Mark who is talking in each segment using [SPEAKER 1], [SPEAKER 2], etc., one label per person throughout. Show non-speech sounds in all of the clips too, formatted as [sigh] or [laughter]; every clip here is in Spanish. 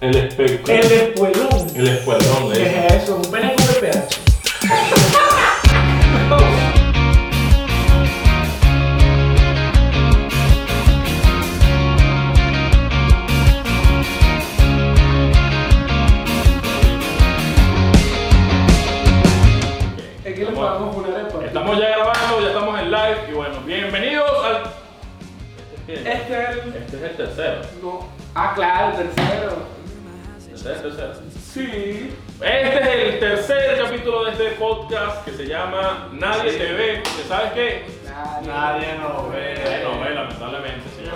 [SPEAKER 1] El espectro.
[SPEAKER 2] El espuelón.
[SPEAKER 1] El escuadrón de
[SPEAKER 2] ¿Qué es eso? Un pene con PPH. Es que le podemos poner el partido.
[SPEAKER 1] Estamos ya grabando, ya estamos en live y bueno, bienvenidos al. Este es
[SPEAKER 2] Este es
[SPEAKER 1] el,
[SPEAKER 2] el.
[SPEAKER 1] este es el tercero.
[SPEAKER 2] No. Ah, claro, el tercero.
[SPEAKER 1] Este es el tercero.
[SPEAKER 2] Sí.
[SPEAKER 1] Este es el tercer capítulo de este podcast que se llama Nadie te ve. ¿Que ¿Sabes qué?
[SPEAKER 2] Nadie nos
[SPEAKER 1] Eh, no ve, lamentablemente,
[SPEAKER 2] Ah.
[SPEAKER 1] señor.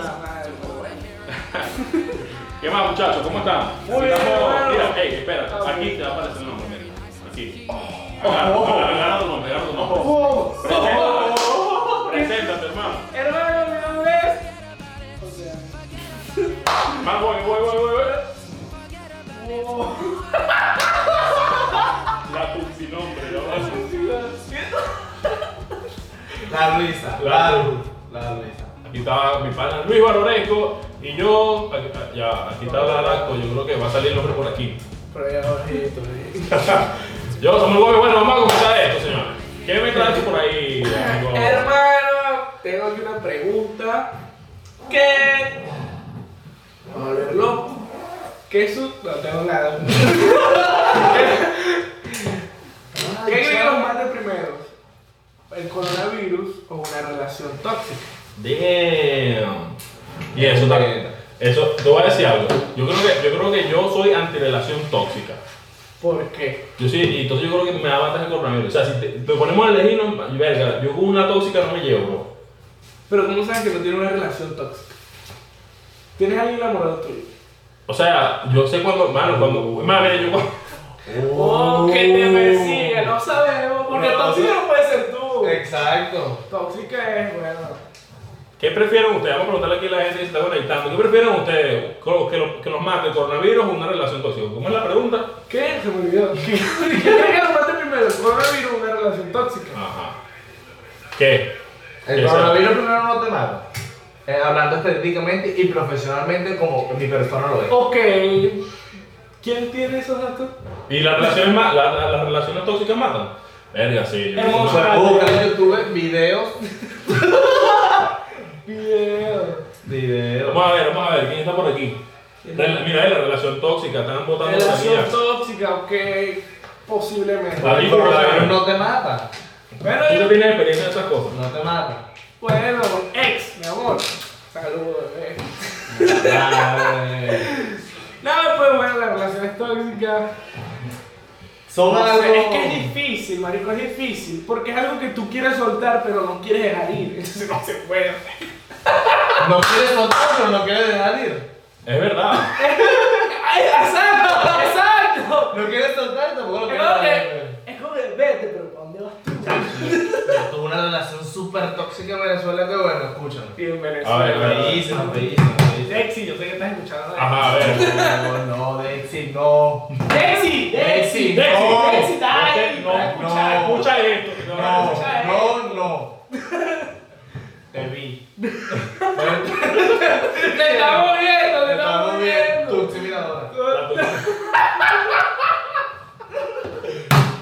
[SPEAKER 1] ¿Qué más, muchachos? ¿Cómo están?
[SPEAKER 2] Muy bien, hermano.
[SPEAKER 1] Mira, hey, espera,
[SPEAKER 2] Ah,
[SPEAKER 1] aquí
[SPEAKER 2] ok.
[SPEAKER 1] te va a aparecer el nombre. mira. Aquí. Agarra,
[SPEAKER 2] oh.
[SPEAKER 1] agarra, agarra tu nombre, agarra tu nombre.
[SPEAKER 2] ¡Oh!
[SPEAKER 1] Preséntate. Preséntate, hermano.
[SPEAKER 2] Hermano, mi nombre
[SPEAKER 1] Más voy, voy, voy, voy, voy.
[SPEAKER 2] es. ¡Oh!
[SPEAKER 1] [laughs] La Tutsi nombre, la voy a decir.
[SPEAKER 3] La Luisa.
[SPEAKER 1] La
[SPEAKER 3] La Lu. La Luisa.
[SPEAKER 1] Aquí está mi pana Luis Baroresco y yo. aquí- ya, aquí está Larasco, yo creo que va a salir el hombre por aquí.
[SPEAKER 2] Pero ya bajito,
[SPEAKER 1] [laughs] Yo somos Gómez, bueno, vamos a comenzar esto, señores. ¿Qué me traes por ahí, amigo?
[SPEAKER 2] Hermano, tengo aquí una pregunta. ¿Qué? A ver, loco. ¿Qué su.? No tengo nada. [laughs] ¿Qué creen que los mate primero? ¿El coronavirus o una relación tóxica?
[SPEAKER 1] Damn. Y eso también. Eso, te voy a decir algo. Yo creo que yo, creo que yo soy antirelación tóxica.
[SPEAKER 2] ¿Por qué?
[SPEAKER 1] Yo sí, y entonces yo creo que me da ventaja el coronavirus. O sea, si te, te ponemos a elegir, no, verga, yo con una tóxica no me llevo, bro.
[SPEAKER 2] Pero ¿cómo sabes que no tiene una relación tóxica? ¿Tienes alguien enamorado tuyo?
[SPEAKER 1] O sea, yo sé cuando, mano, cuando, mano, mira, yo cuando, [laughs]
[SPEAKER 2] Oh, que te persigue, no sabemos, porque
[SPEAKER 3] No,
[SPEAKER 2] tóxica
[SPEAKER 3] sí.
[SPEAKER 2] no puede ser tú.
[SPEAKER 3] Exacto.
[SPEAKER 2] Tóxica es, bueno.
[SPEAKER 1] ¿Qué prefieren ustedes? Vamos a preguntarle aquí a la gente que se está conectando. ¿Qué prefieren ustedes? ¿Que, lo- que lo- que los mate el coronavirus o una relación tóxica? ¿Cómo es la pregunta?
[SPEAKER 2] ¿Qué? Se me [laughs] olvidó. ¿Qué que lo mate primero? ¿El coronavirus o una relación tóxica?
[SPEAKER 1] Ajá. ¿Qué?
[SPEAKER 3] El
[SPEAKER 1] Exacto.
[SPEAKER 3] coronavirus primero no te mata. Eh, hablando estéticamente y profesionalmente como mi persona lo es.
[SPEAKER 2] Ok. ¿Quién tiene esos datos?
[SPEAKER 1] ¿Y las relaciones, ma- la- la- las relaciones tóxicas matan? Verga, sí. yo-
[SPEAKER 2] Hemos-
[SPEAKER 1] no.
[SPEAKER 3] Puedes buscar en YouTube videos.
[SPEAKER 2] Video.
[SPEAKER 3] Videos.
[SPEAKER 1] Vamos a ver, vamos a ver, ¿quién está por aquí? Rel- Mira, eh, la relación tóxica, están votando por aquí
[SPEAKER 2] Relación
[SPEAKER 1] ya.
[SPEAKER 2] tóxica, ok. Posiblemente.
[SPEAKER 1] Vale.
[SPEAKER 3] El coronavirus no te mata.
[SPEAKER 2] Bueno,
[SPEAKER 1] ¿Tú
[SPEAKER 2] yo-
[SPEAKER 1] no tienes experiencia en esas cosas?
[SPEAKER 3] No te mata.
[SPEAKER 2] bueno, ex, mi amor. Saludos, eh. No, pues bueno, las relaciones tóxicas.
[SPEAKER 3] Son
[SPEAKER 2] No sé,
[SPEAKER 3] algo.
[SPEAKER 2] es que es difícil, marico, es difícil, porque es algo que tú quieres soltar, pero no quieres dejar ir, entonces no se puede.
[SPEAKER 3] No quieres soltar, pero no quieres dejar ir.
[SPEAKER 1] Es verdad.
[SPEAKER 2] ¡Ay, ¡Exacto! ¡Exacto!
[SPEAKER 3] No quieres soltar, tampoco lo
[SPEAKER 2] Es
[SPEAKER 3] quieres
[SPEAKER 2] como
[SPEAKER 3] dejar ir.
[SPEAKER 2] que, es como que, vete, pero ¿para dónde vas tú?
[SPEAKER 3] Yo tuve una relación súper tóxica en Venezuela que bueno, escúchame.
[SPEAKER 2] Y en
[SPEAKER 1] A ver, Ah. a ver.
[SPEAKER 3] Bellísima, bellísima,
[SPEAKER 2] [laughs]
[SPEAKER 3] bellísima.
[SPEAKER 2] Dexy, yo sé que estás escuchando.
[SPEAKER 1] Ajá, a ver.
[SPEAKER 3] No, no, Dexy, no.
[SPEAKER 2] Dexy, Dexy, Dexy,
[SPEAKER 3] Dexy, no.
[SPEAKER 2] Dexy, está ahí,
[SPEAKER 1] No,
[SPEAKER 2] está escuchando.
[SPEAKER 3] no.
[SPEAKER 1] escucha esto. que no van a
[SPEAKER 3] No,
[SPEAKER 1] escuchar.
[SPEAKER 3] no, no. Te vi. Te
[SPEAKER 2] Te estamos viendo, te
[SPEAKER 3] estamos
[SPEAKER 2] estamos
[SPEAKER 3] bien.
[SPEAKER 2] viendo.
[SPEAKER 3] Tú, sí, mira ahora.
[SPEAKER 1] La tuya.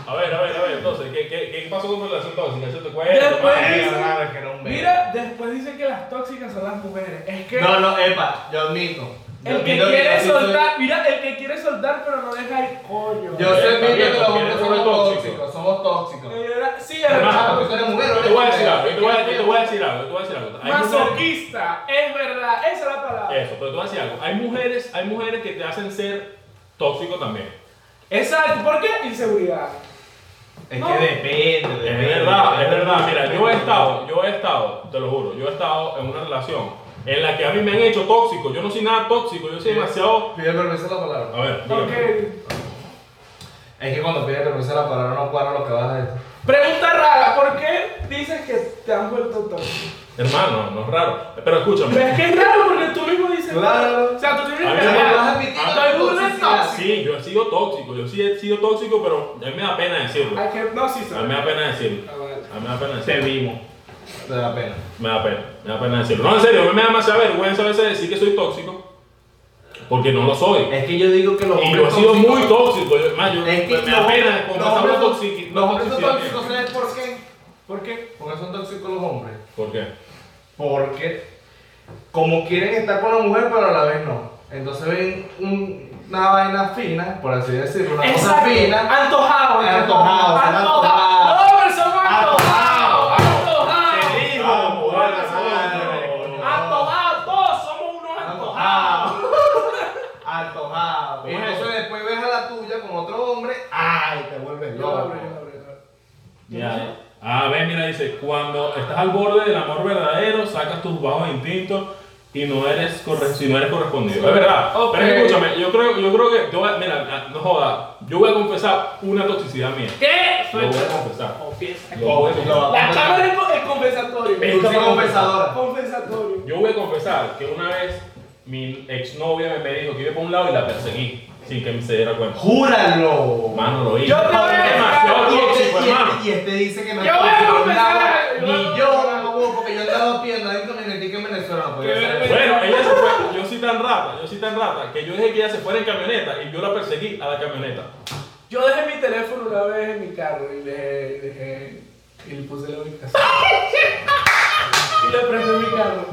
[SPEAKER 1] A ver, a ver, a ver, entonces, ¿qué, qué, qué pasó con tu relación tóxica? Yo te pues. cuento,
[SPEAKER 2] Después-
[SPEAKER 1] madre.
[SPEAKER 3] Era raro que era un bebé.
[SPEAKER 2] Mira, después dicen que las tóxicas son las mujeres. Es que
[SPEAKER 3] No, no, epa, yo admito. Yo
[SPEAKER 2] el que
[SPEAKER 3] admito yo
[SPEAKER 2] quiere
[SPEAKER 3] sí soy-
[SPEAKER 2] soltar, mira, el que quiere soltar pero no deja ir, coño.
[SPEAKER 3] Yo sí
[SPEAKER 1] Está
[SPEAKER 3] admito
[SPEAKER 1] bien,
[SPEAKER 3] que los
[SPEAKER 1] porque
[SPEAKER 3] hombres
[SPEAKER 1] somos
[SPEAKER 3] somos
[SPEAKER 1] tóxicos.
[SPEAKER 3] tóxicos, somos tóxicos.
[SPEAKER 2] Eh, era- Sí,
[SPEAKER 1] Además,
[SPEAKER 2] era-
[SPEAKER 3] Ah, porque tú eres mujer,
[SPEAKER 1] Yo
[SPEAKER 3] eres
[SPEAKER 1] te voy a
[SPEAKER 3] mujer.
[SPEAKER 1] decir algo, yo te voy a, yo te voy a decir algo, yo te voy a decir algo. Hay Eh. mujeres-
[SPEAKER 2] Masoquista, es verdad, esa es la palabra.
[SPEAKER 1] Eso, pero te voy a decir algo. Hay mujeres, hay mujeres que te hacen ser tóxico también.
[SPEAKER 2] Exacto, ¿por qué? Inseguridad.
[SPEAKER 3] Es
[SPEAKER 2] No.
[SPEAKER 3] que depende,
[SPEAKER 1] Es
[SPEAKER 3] depende,
[SPEAKER 1] verdad, es
[SPEAKER 3] depende.
[SPEAKER 1] verdad. Mira, yo he estado, yo he estado, te lo juro, yo he estado en una relación en la que a mí me han hecho tóxico. Yo no soy nada tóxico, yo soy demasiado.
[SPEAKER 3] Pide permiso la palabra.
[SPEAKER 1] A ver, dígame.
[SPEAKER 2] Porque.
[SPEAKER 3] Es que cuando pide permiso la palabra no cuadra lo que vas a decir.
[SPEAKER 2] Pregunta rara, ¿por qué dices que te han vuelto tóxico?
[SPEAKER 1] hermano, no es raro. Pero escúchame.
[SPEAKER 2] Pero es que es raro porque tú mismo dices.
[SPEAKER 3] Claro.
[SPEAKER 2] O sea, tú tienes
[SPEAKER 1] A
[SPEAKER 2] que.
[SPEAKER 1] mí me
[SPEAKER 3] vas a
[SPEAKER 2] Ah,
[SPEAKER 3] admitir
[SPEAKER 2] Todo el mundo es
[SPEAKER 3] toxicidad.
[SPEAKER 2] tóxico.
[SPEAKER 1] Sí, yo he sido tóxico, yo sí he sido tóxico, pero a mí me da pena decirlo.
[SPEAKER 2] Hay que. No, sí, sí.
[SPEAKER 1] A mí me da pena decirlo.
[SPEAKER 2] Ah, vale.
[SPEAKER 1] A mí me da pena
[SPEAKER 3] Te
[SPEAKER 1] decirlo.
[SPEAKER 3] vimos. Te da pena.
[SPEAKER 1] Me da pena, me da pena decirlo. No, en serio, a mí me da más vergüenza a veces decir que soy tóxico. porque no lo soy.
[SPEAKER 3] Es que yo digo que los
[SPEAKER 1] Y
[SPEAKER 3] hombres
[SPEAKER 1] yo he sido
[SPEAKER 3] tóxicos-
[SPEAKER 1] muy tóxico. Yo, más, yo,
[SPEAKER 3] Es que
[SPEAKER 1] me apena
[SPEAKER 3] los hombres-
[SPEAKER 1] con
[SPEAKER 3] los
[SPEAKER 1] pasar
[SPEAKER 3] hombres
[SPEAKER 1] la
[SPEAKER 3] tóx-
[SPEAKER 1] toxicidad.
[SPEAKER 3] Los hombres son
[SPEAKER 1] toxicidad.
[SPEAKER 3] tóxicos, ¿sabes por qué? ¿Por qué? Porque son tóxicos los hombres.
[SPEAKER 1] ¿Por qué?
[SPEAKER 3] Porque como quieren estar con la mujer, pero a la vez no. Entonces ven un- una vaina fina, por así decirlo, una cosa
[SPEAKER 2] Exacto.
[SPEAKER 3] fina.
[SPEAKER 2] Antojado.
[SPEAKER 3] Antojado, antojado.
[SPEAKER 2] Los hombres son antojados.
[SPEAKER 3] Antojado.
[SPEAKER 2] Antojados.
[SPEAKER 3] Te digo,
[SPEAKER 1] Vamos,
[SPEAKER 3] vale,
[SPEAKER 1] vamos,
[SPEAKER 3] madre,
[SPEAKER 1] vamos.
[SPEAKER 3] coño.
[SPEAKER 2] Antojados. Todos somos unos antojados.
[SPEAKER 3] Antojado. Antojado. Y
[SPEAKER 1] Bueno.
[SPEAKER 3] entonces después ves a la tuya con otro hombre, ay, te vuelves loco.
[SPEAKER 1] Ya. Ah, ven, mira, dice, cuando estás al borde del amor verdadero, sacas tus bajos instintos y no eres, corre- si no eres correspondido. Es verdad.
[SPEAKER 2] Ok.
[SPEAKER 1] Pero escúchame, yo creo, yo creo que, yo voy a- mira, no joda, yo voy a confesar una toxicidad mía.
[SPEAKER 2] ¿Qué?
[SPEAKER 1] Lo voy a confesar.
[SPEAKER 2] Confiesa.
[SPEAKER 1] Lo voy a confesar.
[SPEAKER 2] La cámara es el compensatorio.
[SPEAKER 3] Dulce confesadora.
[SPEAKER 2] Compensatorio.
[SPEAKER 1] Yo voy a confesar que una vez mi exnovia me dijo que iba por un lado y la perseguí sin que se diera cuenta.
[SPEAKER 3] ¡Júralo!
[SPEAKER 1] Hermano, lo hice.
[SPEAKER 2] Yo te voy a
[SPEAKER 1] Es demasiado
[SPEAKER 3] Y este,
[SPEAKER 1] tóxico,
[SPEAKER 3] y este-
[SPEAKER 1] hermano.
[SPEAKER 3] y este dice que no
[SPEAKER 2] Yo voy a
[SPEAKER 3] es tóxico,
[SPEAKER 2] confesar,
[SPEAKER 3] nada,
[SPEAKER 2] yo voy a
[SPEAKER 3] Ni yo,
[SPEAKER 2] confesar.
[SPEAKER 3] no, no, porque yo he dado pierna dentro de mi netica en Venezuela. pues, No podía
[SPEAKER 2] Qué
[SPEAKER 3] ser.
[SPEAKER 2] vergüenza.
[SPEAKER 1] Bueno, ella se fue, yo soy tan rata, yo soy tan rata, que yo dejé que ella se fuera en camioneta y yo la perseguí a la camioneta.
[SPEAKER 2] Yo dejé mi teléfono una vez en mi carro y le, dejé, y le puse la
[SPEAKER 1] [laughs]
[SPEAKER 2] ubicación. y le prendí mi carro.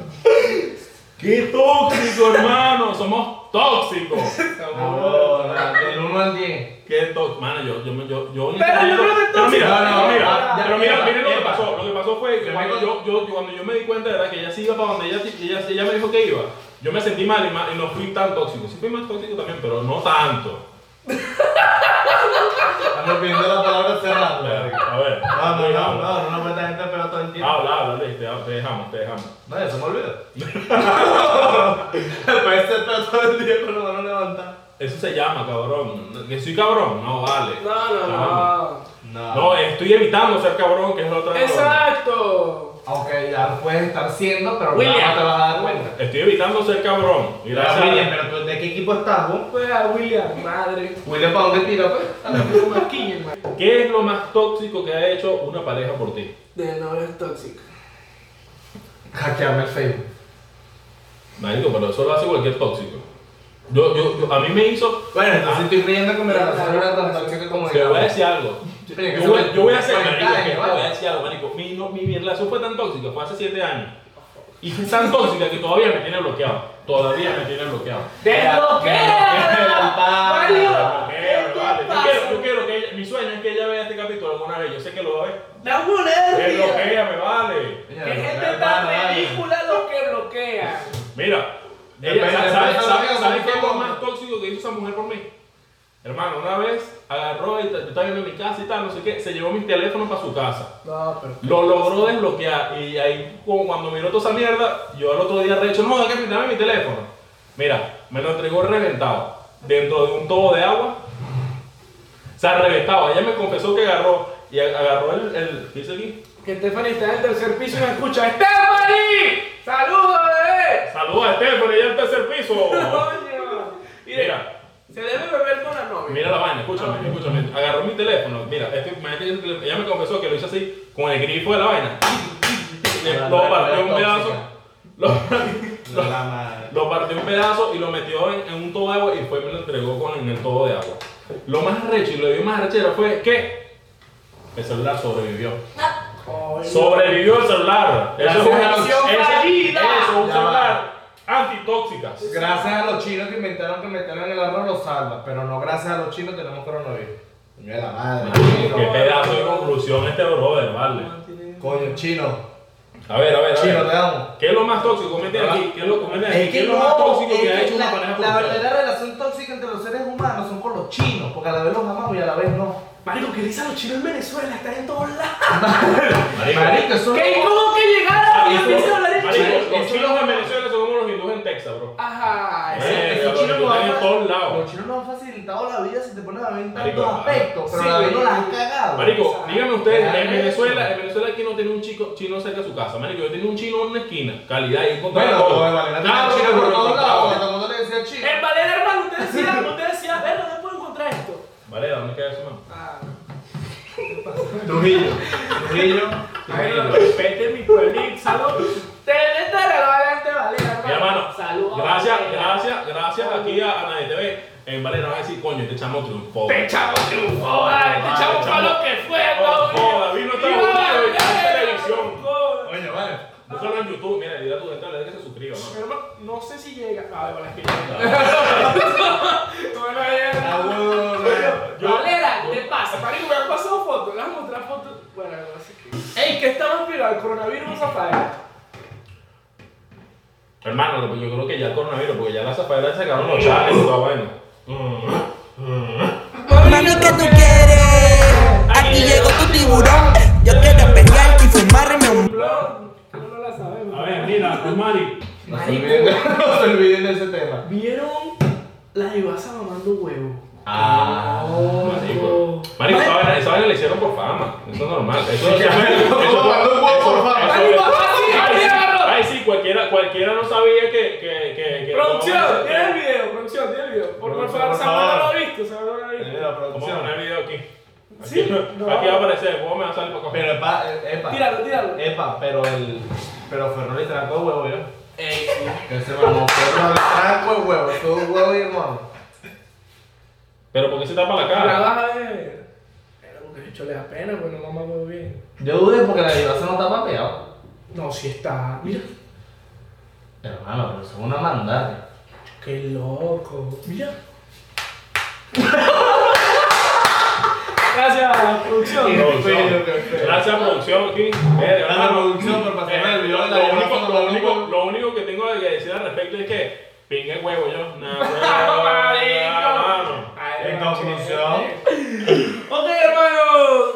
[SPEAKER 1] ¡Qué tóxico, hermano! Somos tóxicos.
[SPEAKER 3] No, no, del 1 al 10.
[SPEAKER 1] ¡Qué tóxico! Mano, yo, yo, yo, yo. este
[SPEAKER 2] Pero yo creo que
[SPEAKER 1] Pero mira,
[SPEAKER 3] tóxico. No, no,
[SPEAKER 1] pero mira,
[SPEAKER 3] ya,
[SPEAKER 1] pero mira,
[SPEAKER 3] ya,
[SPEAKER 1] miren lo que
[SPEAKER 3] ya.
[SPEAKER 1] pasó. Lo que pasó fue que
[SPEAKER 3] Ya,
[SPEAKER 1] cuando
[SPEAKER 3] ya.
[SPEAKER 1] yo, yo, yo- cuando yo me di cuenta era que ella sí iba para donde ella, ella, ella me dijo que iba, yo me sentí mal y, ma- y no fui tan tóxico. Sí fui más tóxico también, pero no tanto.
[SPEAKER 3] Estamos pidiendo la palabra cerrada.
[SPEAKER 1] A ver, a ver.
[SPEAKER 3] No, no, no, no, no me metas gente pero todo el tiempo.
[SPEAKER 1] Habla, habla, Luis, te, te dejamos, te dejamos.
[SPEAKER 3] No, ya se me olvidó. Puede ser pero todo el día con la mano levantada.
[SPEAKER 1] Eso se llama, cabrón. Que soy cabrón, no vale.
[SPEAKER 2] No, no, no.
[SPEAKER 3] No.
[SPEAKER 1] No, estoy evitando ser cabrón, que es la otra cosa.
[SPEAKER 2] Exacto.
[SPEAKER 3] Aunque ya lo puedes estar siendo, pero
[SPEAKER 2] William.
[SPEAKER 3] nada más te vas a dar cuenta.
[SPEAKER 1] Estoy evitando ser cabrón. Y gracias.
[SPEAKER 3] William, pero tú, ¿de qué equipo estás vos?
[SPEAKER 2] Fue a William, madre.
[SPEAKER 3] William, ¿para dónde tira, pues?
[SPEAKER 2] Una quilla, hermano.
[SPEAKER 1] ¿Qué es lo más tóxico que ha hecho una pareja por ti?
[SPEAKER 2] De no es tóxico.
[SPEAKER 3] Hackearme el Facebook.
[SPEAKER 1] Marico, pero eso lo hace cualquier tóxico. Yo, yo, yo- a mí me hizo.
[SPEAKER 3] Bueno, entonces estoy creyendo que mi relación era tan tóxica como
[SPEAKER 1] Te voy a
[SPEAKER 3] digamos.
[SPEAKER 1] decir algo.
[SPEAKER 3] Sí, que
[SPEAKER 1] Yo voy, yo voy a hacer.
[SPEAKER 3] cuarenta
[SPEAKER 1] Marico, que
[SPEAKER 3] años,
[SPEAKER 1] te
[SPEAKER 3] ¿vale?
[SPEAKER 1] voy a decir algo, marico. Mi, no- mi- mi relación fue tan tóxica, fue hace 7 años. Y fue tan tóxica que todavía me tiene bloqueado. Todavía me tiene bloqueado.
[SPEAKER 2] ¡Desbloquea! ¡Mario!
[SPEAKER 3] Mario.
[SPEAKER 1] Bloqueo, vale. Yo
[SPEAKER 2] pasa?
[SPEAKER 1] quiero, yo quiero que ella- mi sueño es que ella vea este capítulo alguna vez. Yo sé que lo va a ver.
[SPEAKER 2] ¡La moneda!
[SPEAKER 1] Desbloquea, me vale.
[SPEAKER 2] ¡Qué gente tan ridícula los que bloquean!
[SPEAKER 1] Mira,
[SPEAKER 3] Depende,
[SPEAKER 1] ella- ¿sabes
[SPEAKER 3] depende
[SPEAKER 1] sabe,
[SPEAKER 3] de la
[SPEAKER 1] sabe
[SPEAKER 3] vida,
[SPEAKER 1] qué es lo
[SPEAKER 3] ¿no?
[SPEAKER 1] más tóxico que hizo esa mujer por mí? Hermano, una vez agarró y t- yo estaba viendo mi casa y tal, no sé qué, se llevó mis teléfonos para su casa.
[SPEAKER 2] No, pero.
[SPEAKER 1] Lo logró desbloquear y ahí como cuando miró toda esa mierda, yo al otro día recho, no, que dame mi teléfono. Mira, me lo entregó reventado, dentro de un tobo de agua. O sea, reventado. Ella me confesó que agarró y a- agarró el, el ¿qué dice aquí?
[SPEAKER 2] Que Stephanie está en el tercer piso y me escucha. ¡Stephanie! ¡Saludos, bebé!
[SPEAKER 1] Saludos a Estefan, ella en tercer piso.
[SPEAKER 2] ¡Coño! Mira,
[SPEAKER 1] Mira,
[SPEAKER 2] se debe beber con la novia.
[SPEAKER 1] Mira la vaina, escúchame, escúchame. Agarró mi teléfono, mira, este, imagínate que el teléfono- ella me confesó que lo hizo así, con el grifo de la vaina.
[SPEAKER 3] La
[SPEAKER 1] Lo
[SPEAKER 3] nueva
[SPEAKER 1] partió un
[SPEAKER 3] tóxica.
[SPEAKER 1] pedazo.
[SPEAKER 3] [laughs]
[SPEAKER 1] Lo,
[SPEAKER 3] No, la madre.
[SPEAKER 1] lo partió un pedazo y lo metió en, en un todo de agua y fue y me lo entregó con, en el todo de agua. Lo más recho y lo dio más rechero fue que el celular sobrevivió.
[SPEAKER 2] Coño.
[SPEAKER 1] Sobrevivió el celular. Eso es un,
[SPEAKER 3] Gracias.
[SPEAKER 1] eso-
[SPEAKER 2] Fallida.
[SPEAKER 1] eso es un
[SPEAKER 3] Ya
[SPEAKER 1] celular antitóxicas.
[SPEAKER 3] Gracias a los chinos que inventaron que metieron el arroz lo salva, pero no gracias a los chinos tenemos coronavirus. Coño de la madre,
[SPEAKER 1] Qué
[SPEAKER 3] chino.
[SPEAKER 1] pedazo de conclusión este brother, vale.
[SPEAKER 3] Coño, chino.
[SPEAKER 1] A ver, a ver, a ver.
[SPEAKER 3] Chino, te amo.
[SPEAKER 1] ¿Qué es lo más tóxico? Comenten aquí. ¿Qué es lo, comenten aquí. ¿Qué es lo más tóxico que ha hecho una pareja
[SPEAKER 3] la, la
[SPEAKER 1] por ustedes?
[SPEAKER 3] verdadera relación tóxica entre los seres humanos son con los chinos, porque a la vez los amamos y a la vez no.
[SPEAKER 2] Marico, que dicen los chinos en Venezuela, están en todos lados.
[SPEAKER 1] Marico,
[SPEAKER 3] Marico, eso
[SPEAKER 2] ¿Qué?
[SPEAKER 3] no-
[SPEAKER 2] ¿Cómo que llegaron? Yo
[SPEAKER 1] marico,
[SPEAKER 2] pienso hablar en
[SPEAKER 1] marico,
[SPEAKER 2] chino.
[SPEAKER 1] Los chinos en Venezuela son como los hindúes en Texas, bro. Eh,
[SPEAKER 2] Ajá,
[SPEAKER 3] Eso-
[SPEAKER 2] sí.
[SPEAKER 1] pero
[SPEAKER 3] esos chinos
[SPEAKER 1] lo
[SPEAKER 3] nos
[SPEAKER 1] tienen
[SPEAKER 3] han-
[SPEAKER 1] en todos lados.
[SPEAKER 3] Los chinos nos han facilitado la vida si te pones a ver en
[SPEAKER 1] Marico,
[SPEAKER 3] tantos aspectos, pero a la vez
[SPEAKER 2] sí.
[SPEAKER 3] no las han cagado.
[SPEAKER 1] Marico,
[SPEAKER 2] Exacto.
[SPEAKER 1] díganme ustedes, en
[SPEAKER 3] Claro.
[SPEAKER 1] Venezuela, en Venezuela aquí no tiene un chico chino cerca de su casa. Marico, yo tenía un chino en una esquina. Calidad y encontraba
[SPEAKER 3] Bueno,
[SPEAKER 1] todo.
[SPEAKER 3] pues, vale, la
[SPEAKER 1] Claro,
[SPEAKER 3] chino
[SPEAKER 1] pero
[SPEAKER 3] por todos lados,
[SPEAKER 1] encontraba.
[SPEAKER 3] cuando todo el mundo le decía chino.
[SPEAKER 2] En Valera, Eh, hermano, usted decía, usted decía, verga, ¿dónde puedo encontrar esto?
[SPEAKER 1] Vale, ¿dónde queda eso, man?
[SPEAKER 2] Ah,
[SPEAKER 3] Eh, Trujillo. Trujillo.
[SPEAKER 2] bueno, respete mi pueblito. Salud. Te le estará adelante, Valera,
[SPEAKER 1] Mi hermano,
[SPEAKER 2] Salud.
[SPEAKER 1] gracias gracias, gracias, gracias aquí a, a Nadie TV. En Valera va a decir, coño, este chamo triunfó.
[SPEAKER 2] Te echamos triunfó, vale, te
[SPEAKER 1] Vale,
[SPEAKER 2] echamos para
[SPEAKER 1] chamo.
[SPEAKER 2] lo que fue,
[SPEAKER 1] No joda,
[SPEAKER 2] David.
[SPEAKER 1] vino
[SPEAKER 2] Y
[SPEAKER 1] esta jugada de
[SPEAKER 2] vale,
[SPEAKER 1] televisión.
[SPEAKER 2] joda.
[SPEAKER 3] Oye, vale.
[SPEAKER 1] Búscalo en YouTube, mira, dile a tu gente, dale que se suscriba, ¿no?
[SPEAKER 2] Pero no- No sé si llega. Ah, de verdad es que
[SPEAKER 1] [laughs]
[SPEAKER 2] llega. Bueno, llega.
[SPEAKER 3] Ah, bueno, bueno.
[SPEAKER 1] Yo-
[SPEAKER 2] Valera, ¿qué te pasa? Marico, me han pasado fotos, las mostrar fotos. Bueno, así que. Ey, ¿qué está más viral? ¿El coronavirus o Zafaera?
[SPEAKER 1] Hermano, pues yo creo que ya el coronavirus, porque ya la zapadera se sacaron los chales y toda vaina.
[SPEAKER 4] Mami, ¿qué tú quieres? Aquí llegó tu tiburón. Yo quiero pelear y fumarme un
[SPEAKER 2] No, no la sabemos.
[SPEAKER 1] A ver, mira, pues, Mari.
[SPEAKER 3] No se olviden de- no se olviden de ese tema.
[SPEAKER 2] ¿Vieron la divasa mamando huevo?
[SPEAKER 1] Ah, marico. Marico, esa vaina- esa vaina le hicieron por fama. Eso es normal. Eso eso- eso-
[SPEAKER 2] [laughs]
[SPEAKER 3] Como cuando un huevo por fama.
[SPEAKER 1] Eso- eso-
[SPEAKER 2] ¡Ay,
[SPEAKER 1] Ay, sí,
[SPEAKER 2] mierda!
[SPEAKER 1] ay, sí, cualquiera, cualquiera no sabía que. que, que, que
[SPEAKER 2] Producción,
[SPEAKER 1] ¿Cómo
[SPEAKER 2] tiene el video, producción, tiene el video. Por, por
[SPEAKER 3] Producción,
[SPEAKER 2] favor,
[SPEAKER 3] eh, por
[SPEAKER 2] Samuel no lo ha
[SPEAKER 3] favor.
[SPEAKER 2] visto, Samuel no lo ha
[SPEAKER 3] Eh,
[SPEAKER 2] visto.
[SPEAKER 3] la
[SPEAKER 1] Vamos a
[SPEAKER 3] producción.
[SPEAKER 1] poner el video aquí. Aquí,
[SPEAKER 2] Sí, no.
[SPEAKER 1] aquí va a aparecer, ¿cómo me va a salir para acá?
[SPEAKER 3] Pero epa, eh, epa.
[SPEAKER 2] Tíralo, tíralo.
[SPEAKER 3] Epa, pero el. Pero Ferrol y Tranco de huevo, yo.
[SPEAKER 2] Ey,
[SPEAKER 3] Que se mamó Ferrol Tranco de huevo, todo un huevo y hermano.
[SPEAKER 1] Pero ¿por qué se tapa la
[SPEAKER 2] La
[SPEAKER 3] ah.
[SPEAKER 1] cara?
[SPEAKER 2] baja de. Era porque hecho le da pena, pues no mamá huevo bien.
[SPEAKER 3] Yo dudé porque la divasa no está mapeado.
[SPEAKER 2] No, si está. Mira,
[SPEAKER 3] Hermano, pero eso es una mandada.
[SPEAKER 2] qué loco. Mira. [laughs] Gracias, producción.
[SPEAKER 3] Qué
[SPEAKER 1] Producción.
[SPEAKER 3] feo, qué feo.
[SPEAKER 1] Gracias, producción. Aquí. Verga,
[SPEAKER 3] Gracias,
[SPEAKER 1] hermano.
[SPEAKER 3] producción, por pasarme
[SPEAKER 1] Eh,
[SPEAKER 3] el video de la
[SPEAKER 1] lo,
[SPEAKER 3] llamada
[SPEAKER 1] único,
[SPEAKER 3] con
[SPEAKER 1] lo,
[SPEAKER 3] los
[SPEAKER 1] único,
[SPEAKER 3] amigos.
[SPEAKER 1] lo único que tengo que decir al respecto es que pingue el huevo
[SPEAKER 2] [laughs]
[SPEAKER 1] yo. Nah, huevo,
[SPEAKER 2] ¡Ah,
[SPEAKER 1] hermano.
[SPEAKER 2] Ay,
[SPEAKER 3] En
[SPEAKER 2] macho.
[SPEAKER 3] conclusión.
[SPEAKER 2] [laughs] Ok, hermano.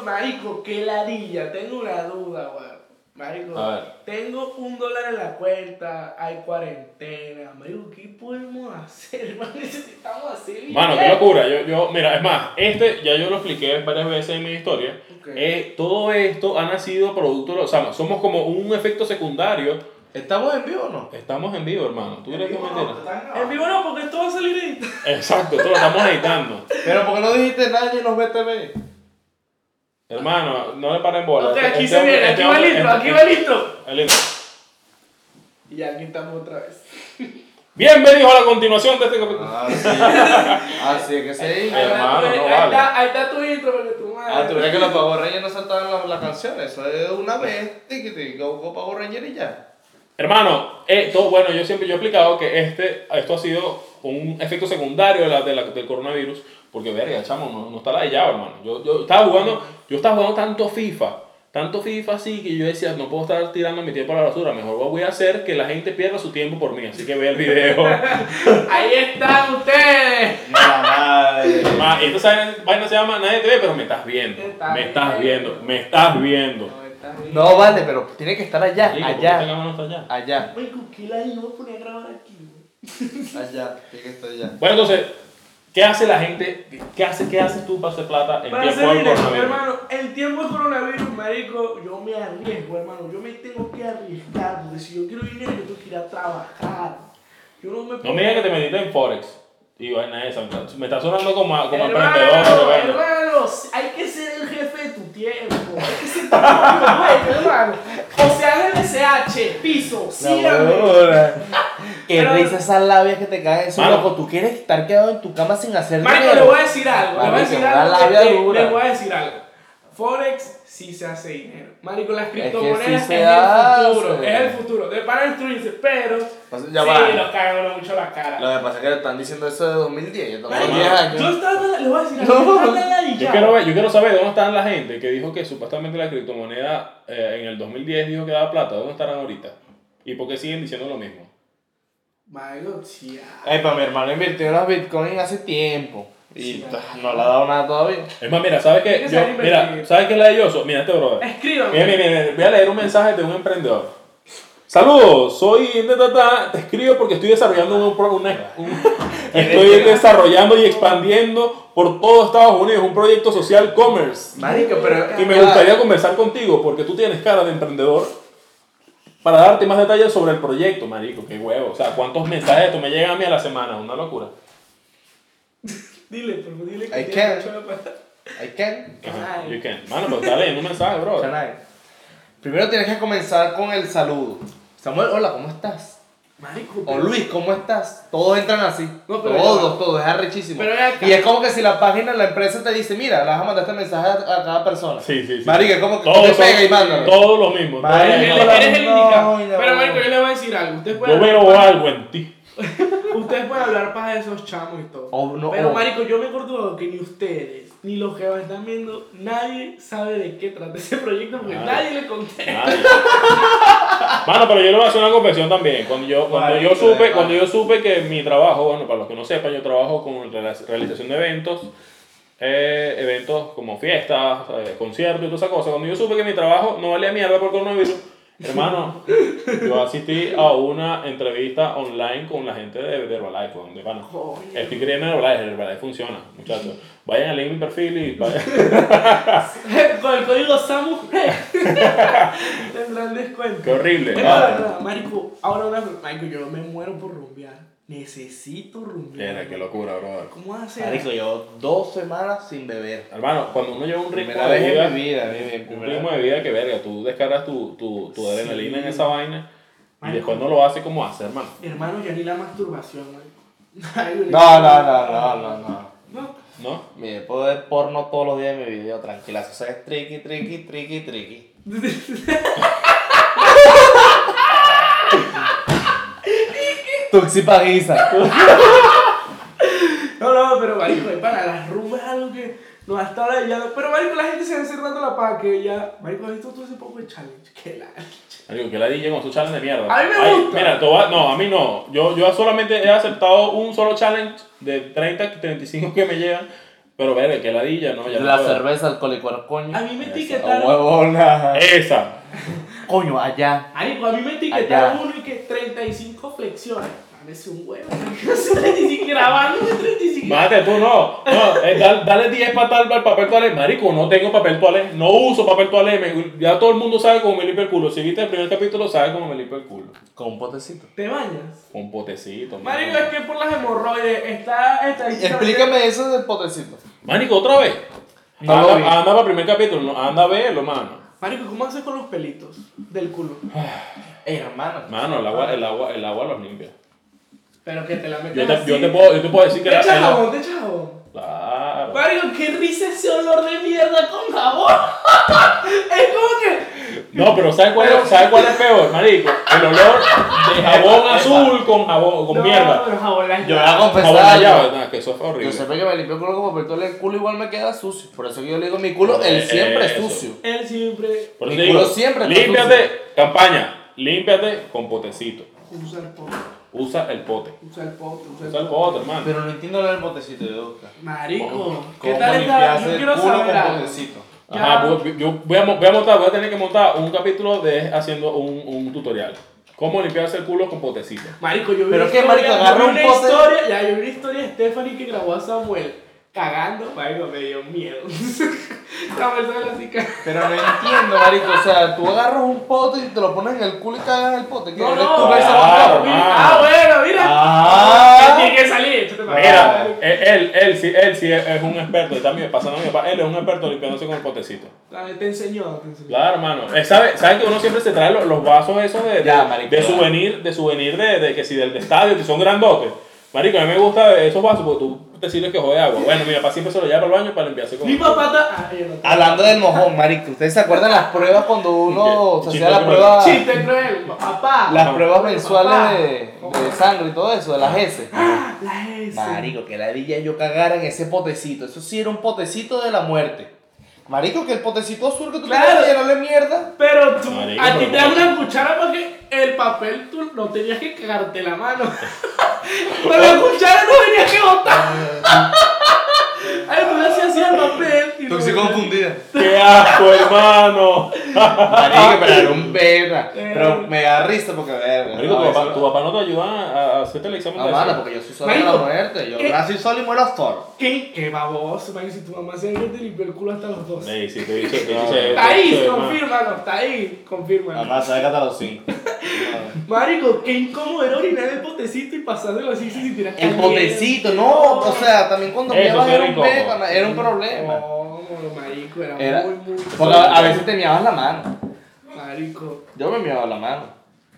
[SPEAKER 2] Marico, qué ladilla. Tengo una duda, weón. Marico,
[SPEAKER 1] A ver.
[SPEAKER 2] tengo un dólar en la cuenta. Hay cuarentena. Marico, ¿qué podemos hacer? [laughs] hermano? necesitamos hacer bien.
[SPEAKER 1] Mano, qué locura. Yo, yo, mira, es más, este ya yo lo expliqué varias veces en mi historia.
[SPEAKER 2] Ok.
[SPEAKER 1] Eh, todo esto ha nacido producto, de- o sea, somos como un efecto secundario.
[SPEAKER 3] ¿Estamos en vivo o no?
[SPEAKER 1] Estamos en vivo, hermano. ¿Tú crees que es mentira?
[SPEAKER 2] En vivo no, porque esto va a salir editado.
[SPEAKER 1] Exacto, esto lo estamos editando.
[SPEAKER 3] Pero porque no dijiste nadie nos ve TV.
[SPEAKER 1] Hermano, no le paren bola.
[SPEAKER 2] Ok,
[SPEAKER 1] Este-
[SPEAKER 2] aquí
[SPEAKER 1] este
[SPEAKER 2] se
[SPEAKER 1] hombre-
[SPEAKER 2] viene,
[SPEAKER 1] este
[SPEAKER 2] aquí va
[SPEAKER 1] hombre- este-
[SPEAKER 2] listo, aquí va listo.
[SPEAKER 1] el intro.
[SPEAKER 2] Y ya quitamos otra vez.
[SPEAKER 1] Bienvenidos a la continuación de este capítulo.
[SPEAKER 3] Así, así que Ah, sí.
[SPEAKER 1] Ay, hermano,
[SPEAKER 2] ahí,
[SPEAKER 1] no
[SPEAKER 2] está,
[SPEAKER 1] vale.
[SPEAKER 2] ahí está tu intro, porque tu madre.
[SPEAKER 3] Ah, tú crees que los Power Rangers no saltaban las, las canciones. Eso es una vez, tiqui, tiqui, go, go Power Ranger y ya.
[SPEAKER 1] Hermano, esto, bueno, yo siempre yo he explicado que este, esto ha sido un efecto secundario de la, de la- del coronavirus, porque verga, chamo, no, no está la de llave, hermano. Yo, yo estaba jugando, yo estaba jugando tanto FIFA, tanto FIFA así que yo decía, no puedo estar tirando mi tiempo a la basura, mejor voy a hacer que la gente pierda su tiempo por mí, así que ve el
[SPEAKER 2] [laughs]
[SPEAKER 1] video.
[SPEAKER 2] Ahí están ustedes.
[SPEAKER 3] La madre.
[SPEAKER 1] Ma, Ah, y entonces vaina se llama nadie te ve, pero me estás viendo,
[SPEAKER 2] Te estás
[SPEAKER 1] me estás
[SPEAKER 2] viendo.
[SPEAKER 1] viendo, me estás viendo.
[SPEAKER 3] No vale, pero tiene que estar allá,
[SPEAKER 1] Marico, ¿por qué esta
[SPEAKER 3] allá,
[SPEAKER 1] cámara no está allá?
[SPEAKER 3] allá,
[SPEAKER 2] Marico, ¿qué la yo voy a poner a grabar aquí? güey?
[SPEAKER 3] allá, tiene que estar allá.
[SPEAKER 1] Bueno, entonces, ¿qué hace la gente? ¿Qué, hace, qué haces tú para hacer plata en
[SPEAKER 2] Para
[SPEAKER 1] tiempo
[SPEAKER 2] ser
[SPEAKER 1] de
[SPEAKER 2] directo,
[SPEAKER 1] coronavirus?
[SPEAKER 2] hermano, en tiempo de coronavirus, marico, yo me arriesgo, hermano. Yo me tengo que arriesgar, porque si yo quiero dinero, yo tengo que ir a trabajar. Yo no me
[SPEAKER 1] No me digas que te metiste en Forex. Y vaina esa. Me está sonando como, a- como emprendedor.
[SPEAKER 2] Hermano,
[SPEAKER 1] pero bueno.
[SPEAKER 2] hermano, hay que ser el jefe de tu tiempo. Hay que ser tu propio dueño, hermano. O sea, el SH, piso, síganme.
[SPEAKER 3] Qué
[SPEAKER 2] Pero-
[SPEAKER 3] risa esas labias que te caen. Eso,
[SPEAKER 1] Mano.
[SPEAKER 3] loco, tú quieres estar quedado en tu cama sin hacer
[SPEAKER 2] Marico, le voy a decir algo. Le voy a
[SPEAKER 3] Marico,
[SPEAKER 2] decir
[SPEAKER 3] una
[SPEAKER 2] algo.
[SPEAKER 3] labia
[SPEAKER 2] que-
[SPEAKER 3] dura.
[SPEAKER 2] Le voy a decir algo. Forex sí se hace dinero. Marico, las
[SPEAKER 3] que sí
[SPEAKER 2] criptomonedas
[SPEAKER 3] se
[SPEAKER 2] es
[SPEAKER 3] hace.
[SPEAKER 2] el futuro. Es el futuro. De para instruirse, pero.
[SPEAKER 3] Pues ya
[SPEAKER 2] sí,
[SPEAKER 3] va.
[SPEAKER 2] nos cagaron mucho la cara.
[SPEAKER 3] Lo que pasa es que le están diciendo eso de 2010, yo tengo
[SPEAKER 2] Marico,
[SPEAKER 3] 10
[SPEAKER 2] yo
[SPEAKER 3] años.
[SPEAKER 2] estaba. tan- Le voy a decir
[SPEAKER 3] No.
[SPEAKER 2] algo. Yo estaba tan
[SPEAKER 1] Yo
[SPEAKER 2] ladillado.
[SPEAKER 1] quiero, ver- yo quiero saber dónde están la gente que dijo que supuestamente la criptomoneda eh, en el 2010 dijo que daba plata. ¿Dónde estarán ahorita? ¿Y por qué siguen diciendo lo mismo?
[SPEAKER 2] Marico, sí, ah.
[SPEAKER 3] Epa, mi hermano invirtió en los bitcoins hace tiempo. Y
[SPEAKER 2] Sí.
[SPEAKER 3] ta, no le ha dado nada todavía.
[SPEAKER 1] Es más, mira, ¿sabes
[SPEAKER 2] Hay
[SPEAKER 1] qué?
[SPEAKER 2] que
[SPEAKER 1] Yo-
[SPEAKER 2] saber
[SPEAKER 1] mira,
[SPEAKER 2] invertir.
[SPEAKER 1] ¿sabes qué es la de Yoso? Mira este brother.
[SPEAKER 2] Escríbame.
[SPEAKER 1] Mira, mira, mira, voy a leer un mensaje de un emprendedor. Saludos, soy ta, ta, ta, te escribo porque estoy desarrollando un, pro- una- un- estoy desarrollando y expandiendo por todo Estados Unidos un proyecto social commerce
[SPEAKER 3] Marico, pero.
[SPEAKER 1] y me gustaría conversar contigo porque tú tienes cara de emprendedor para darte más detalles sobre el proyecto, marico, qué huevo, o sea, cuántos mensajes esto me llegan a mí a la semana, una locura.
[SPEAKER 2] Dile, pero dile que
[SPEAKER 3] I
[SPEAKER 2] tiene
[SPEAKER 3] can't.
[SPEAKER 2] mucho de-
[SPEAKER 3] I can.
[SPEAKER 1] Ajá,
[SPEAKER 2] Ay.
[SPEAKER 1] you can. Mano, pero está leyendo un mensaje, bro.
[SPEAKER 3] [laughs] Can I? Primero tienes que comenzar con el saludo. Samuel, hola, ¿cómo estás?
[SPEAKER 2] Marico.
[SPEAKER 3] O Luis, ¿cómo estás? Todos entran así.
[SPEAKER 2] No, pero ya va.
[SPEAKER 3] todos, todos, es arrechísimo.
[SPEAKER 2] Pero ven acá.
[SPEAKER 3] y es como que si la página, la empresa te dice, mira, le vas a mandar este mensaje a, a cada persona.
[SPEAKER 1] Sí, sí, sí.
[SPEAKER 3] Marico, es como que tú
[SPEAKER 1] Todos
[SPEAKER 3] te
[SPEAKER 1] son-
[SPEAKER 3] pega y mándalo.
[SPEAKER 1] Todos los mismos. todos
[SPEAKER 3] Marico,
[SPEAKER 1] los
[SPEAKER 2] Eres,
[SPEAKER 1] mismos.
[SPEAKER 2] eres el
[SPEAKER 3] No,
[SPEAKER 2] indicado.
[SPEAKER 3] no.
[SPEAKER 2] Pero, Marico, yo les voy a decir algo. Ustedes pueden
[SPEAKER 1] Yo veo algo en ti.
[SPEAKER 2] Ustedes pueden hablar paja de esos chamos y todo.
[SPEAKER 3] Oh, no,
[SPEAKER 2] pero,
[SPEAKER 3] oh.
[SPEAKER 2] marico, yo me acuerdo de algo que ni ustedes, ni los que están viendo, nadie sabe de qué trata ese proyecto porque
[SPEAKER 3] Ah.
[SPEAKER 1] Claro.
[SPEAKER 2] nadie le contesta. [laughs]
[SPEAKER 1] Nadie. Mano, pero yo le voy a hacer una confesión también. Cuando yo, cuando yo supe, cuando yo supe que mi trabajo, bueno, para los que no sepan, yo trabajo con la realización de eventos, eh, eventos como fiestas, eh, conciertos y toda esa cosa. Cuando yo supe que mi trabajo no valía mierda por coronavirus, hermano, yo asistí a una entrevista online con la gente de, de Herbalife, weón, de pana. Estoy creyendo en Herbalife, Herbalife funciona, muchachos. Vayan al link de mi perfil y vayan. [laughs]
[SPEAKER 2] Con el código SAMU [laughs] tendrán descuento.
[SPEAKER 1] Qué horrible.
[SPEAKER 3] Ah.
[SPEAKER 2] Pero,
[SPEAKER 1] vale.
[SPEAKER 2] la verdad, marico, ahora una marico, yo me muero por rumbear. Necesito rumbear.
[SPEAKER 1] Mierda, qué locura, brother.
[SPEAKER 2] ¿Cómo hacer?
[SPEAKER 3] Marico, llevo dos semanas sin beber.
[SPEAKER 1] Hermano, cuando uno lleva un ritmo
[SPEAKER 3] Primera
[SPEAKER 1] de
[SPEAKER 3] vez
[SPEAKER 1] vida,
[SPEAKER 3] en mi vida, mi- mi
[SPEAKER 1] un
[SPEAKER 3] primera
[SPEAKER 1] ritmo de vida que verga, tú descargas tu, tu, tu adrenalina en esa vaina y
[SPEAKER 2] Marico.
[SPEAKER 1] después no lo haces como hace, hermano.
[SPEAKER 2] Hermano, ya ni la masturbación, marico. [laughs]
[SPEAKER 3] No, no, no, no, no, no.
[SPEAKER 2] No,
[SPEAKER 1] ¿No?
[SPEAKER 3] Mire, puedo ver porno todos los días de mi video, tranquilazo. O sea, es triqui, triqui, triqui, triqui.
[SPEAKER 2] [laughs]
[SPEAKER 3] Tuxipaguisa.
[SPEAKER 2] No, no, pero marico, es para las rumbas es algo que no hasta ahora ya no- Pero marico, la gente se va encerrando la paja que ya. Marico, ¿has visto tú ese poco de challenge? Que la.
[SPEAKER 1] Marico, que la DJ con su challenge de mierda.
[SPEAKER 2] A mí me gusta.
[SPEAKER 1] Mira, te voy a- no, a mí no. Yo, yo solamente he aceptado un solo challenge de 30, 35 que me llevan. Pero verga, que la DJ no, ya no
[SPEAKER 3] La
[SPEAKER 1] puedo.
[SPEAKER 3] cerveza alcohólica, coño.
[SPEAKER 2] A mí me
[SPEAKER 3] La
[SPEAKER 2] etiquetaron.
[SPEAKER 3] huevona.
[SPEAKER 1] Esa.
[SPEAKER 3] Eh, Coño, allá.
[SPEAKER 2] Marico, a mí me etiquetaron
[SPEAKER 3] Allá.
[SPEAKER 2] uno y que 35 flexiones. Parece un huevo. [laughs] No sé, 35 grabando de 35.
[SPEAKER 1] Mate, tú no. no eh, dal- dale 10 para tal para el papel toalé. Marico, no tengo papel toalé. No uso papel toalé. Me- ya todo el mundo sabe cómo me limpio el culo. Si viste el primer capítulo, sabe cómo me limpio el culo.
[SPEAKER 3] Con un potecito.
[SPEAKER 2] ¿Te bañas?
[SPEAKER 1] Con potecito.
[SPEAKER 2] Marico, es que por las hemorroides está estadísticamente-
[SPEAKER 3] Explícame eso del potecito.
[SPEAKER 1] Marico, otra vez.
[SPEAKER 3] No
[SPEAKER 1] anda,
[SPEAKER 3] lo vi.
[SPEAKER 1] anda para el primer capítulo. no, Anda a verlo, mano.
[SPEAKER 2] Marico, ¿cómo haces con los pelitos del culo?
[SPEAKER 3] hermano.
[SPEAKER 1] Mano, el agua, el agua, el agua los limpia.
[SPEAKER 2] Pero que te la metes
[SPEAKER 1] Yo te,
[SPEAKER 2] así.
[SPEAKER 1] yo te puedo, yo te puedo decir que
[SPEAKER 2] Te echas
[SPEAKER 1] el agua-
[SPEAKER 2] jabón, te echas jabón.
[SPEAKER 1] Claro.
[SPEAKER 2] Mario, qué risa ese olor de mierda con jabón. [laughs] es como que.
[SPEAKER 1] No, pero ¿sabes cuál, es- ¿sabes cuál es peor, marico? El olor de jabón azul con jabón, con
[SPEAKER 2] No,
[SPEAKER 1] mierda.
[SPEAKER 2] pero jabón la-
[SPEAKER 3] Yo voy a
[SPEAKER 1] Jabón
[SPEAKER 3] confesar.
[SPEAKER 1] allá,
[SPEAKER 3] yo-
[SPEAKER 1] nada, que eso fue
[SPEAKER 3] Pues Yo
[SPEAKER 1] horrible.
[SPEAKER 3] siempre que me limpio el culo como pertole, el culo igual me queda sucio. Por eso que yo le digo, mi culo, él
[SPEAKER 1] Eh,
[SPEAKER 3] siempre es
[SPEAKER 1] eso.
[SPEAKER 3] sucio.
[SPEAKER 2] Él siempre
[SPEAKER 1] Por eso
[SPEAKER 3] Mi
[SPEAKER 1] te digo,
[SPEAKER 3] culo siempre está
[SPEAKER 1] límpiate, campaña, límpiate con potecito.
[SPEAKER 2] usa el pop,
[SPEAKER 1] Usa el pote.
[SPEAKER 2] usa el pop, usa el
[SPEAKER 1] Usa el
[SPEAKER 2] pote.
[SPEAKER 1] pote, hermano.
[SPEAKER 3] Pero no entiendo lo del potecito de Oscar.
[SPEAKER 2] Marico,
[SPEAKER 3] ¿Cómo-
[SPEAKER 2] ¿qué
[SPEAKER 3] cómo
[SPEAKER 2] tal está?
[SPEAKER 3] limpiarse
[SPEAKER 2] Yo
[SPEAKER 3] el
[SPEAKER 2] quiero
[SPEAKER 3] culo
[SPEAKER 2] saber.
[SPEAKER 3] con
[SPEAKER 2] algo.
[SPEAKER 3] potecito?
[SPEAKER 1] Ajá,
[SPEAKER 2] Ya.
[SPEAKER 1] voy- yo voy a, mo- voy a montar, voy a tener que montar un capítulo de haciendo un, un tutorial. Cómo limpiarse el culo con potecito.
[SPEAKER 2] Marico, yo vi
[SPEAKER 3] ¿Pero
[SPEAKER 2] una
[SPEAKER 3] qué,
[SPEAKER 2] historia-
[SPEAKER 3] marico,
[SPEAKER 2] yo vi
[SPEAKER 3] agarra un
[SPEAKER 2] una
[SPEAKER 3] pote?
[SPEAKER 2] historia, ya yo vi una historia de Stephanie que grabó a Samuel cagando, marico, me dio miedo. [laughs] Samuel sabe así que
[SPEAKER 3] Pero no entiendo, marico. O sea, tú agarras un pote y te lo pones en el culo y cagas en el pote. ¿Qué
[SPEAKER 2] No,
[SPEAKER 3] eres
[SPEAKER 2] no,
[SPEAKER 3] tú, ese
[SPEAKER 1] claro,
[SPEAKER 3] bombón?
[SPEAKER 1] mano.
[SPEAKER 2] Ah, bueno, mira.
[SPEAKER 3] Ah.
[SPEAKER 2] Que tiene que salir, échate para acá.
[SPEAKER 1] Mira, él, él, él sí, él sí es, es un experto. Y también pasando a mi papá, él es un experto limpiándose con el potecito.
[SPEAKER 2] Dale, Te enseñó, te enseñó.
[SPEAKER 1] Claro, hermano. Eh, ¿Sabes sabe que uno siempre se trae los, los vasos esos de, de,
[SPEAKER 3] Ya, marico,
[SPEAKER 1] de
[SPEAKER 3] ya.
[SPEAKER 1] souvenir, de, souvenir de, de que si del estadio, que son grandotes? Marico, a mí me gustan esos vasos porque tú te sirves que jode agua. Bueno, mi papá siempre se lo lleva al baño para limpiarse con
[SPEAKER 2] Mi papá está. Ah, yo no tengo.
[SPEAKER 3] Hablando del mojón, marico, ¿ustedes se acuerdan las pruebas cuando uno
[SPEAKER 1] ¿Qué?
[SPEAKER 3] se
[SPEAKER 1] Chiste
[SPEAKER 3] hacía la
[SPEAKER 1] cruel.
[SPEAKER 3] prueba,
[SPEAKER 2] Chiste cruel, papá.
[SPEAKER 3] las
[SPEAKER 1] No.
[SPEAKER 3] pruebas
[SPEAKER 2] Papá.
[SPEAKER 3] mensuales de, de sangre y todo eso, de las S?
[SPEAKER 2] La S.
[SPEAKER 3] Marico, que la villa yo cagara en ese potecito, eso sí era un potecito de la muerte. Marico, que el potecito azul que tú
[SPEAKER 2] Claro.
[SPEAKER 3] tenías de llenarle mierda.
[SPEAKER 2] Pero tú,
[SPEAKER 1] Marico,
[SPEAKER 2] a ti
[SPEAKER 1] pero
[SPEAKER 2] te dan
[SPEAKER 1] ¿cómo?
[SPEAKER 2] una cuchara porque el papel tú no tenías que cagarte la mano. Con la cuchara no tenías que
[SPEAKER 3] [laughs]
[SPEAKER 2] botar. Ay, tú le hacías así al papel. y lo-
[SPEAKER 1] ¡Qué asco, hermano!
[SPEAKER 3] Marico, pero era un verga.
[SPEAKER 2] Eh.
[SPEAKER 3] Pero me da risa porque verga.
[SPEAKER 1] Marico,
[SPEAKER 3] no,
[SPEAKER 1] tu
[SPEAKER 3] eso-
[SPEAKER 1] papá, tu papá no te ayuda a, a hacerte el examen
[SPEAKER 3] No,
[SPEAKER 1] de
[SPEAKER 3] mano,
[SPEAKER 1] eso.
[SPEAKER 3] porque yo soy solo de la
[SPEAKER 2] Marico,
[SPEAKER 3] muerte. Yo
[SPEAKER 2] ¿qué?
[SPEAKER 3] nací solo y muero solo.
[SPEAKER 2] ¿Qué? Qué baboso, man. Si tu mamá se te limpió el culo hasta los dos.
[SPEAKER 1] Sí, sí, te dice, te
[SPEAKER 3] No.
[SPEAKER 1] dice-
[SPEAKER 2] Está
[SPEAKER 1] te
[SPEAKER 2] ahí,
[SPEAKER 1] dice,
[SPEAKER 2] confírmalo, está ahí, confírmalo.
[SPEAKER 3] Mamá, sabe que hasta los cinco.
[SPEAKER 2] Marico, qué incómodo era orinar el potecito y pasárselo así si sintieras
[SPEAKER 3] [laughs] El
[SPEAKER 2] caliente.
[SPEAKER 3] potecito, no, o sea, también cuando
[SPEAKER 1] Eso
[SPEAKER 3] meabas
[SPEAKER 1] sí
[SPEAKER 3] era
[SPEAKER 1] era
[SPEAKER 3] un
[SPEAKER 1] incómodo.
[SPEAKER 3] peo, era un problema.
[SPEAKER 2] No, marico, era,
[SPEAKER 3] Era,
[SPEAKER 2] muy, muy.
[SPEAKER 3] porque a a veces te miabas la mano.
[SPEAKER 2] Marico.
[SPEAKER 3] Yo me miaba la mano.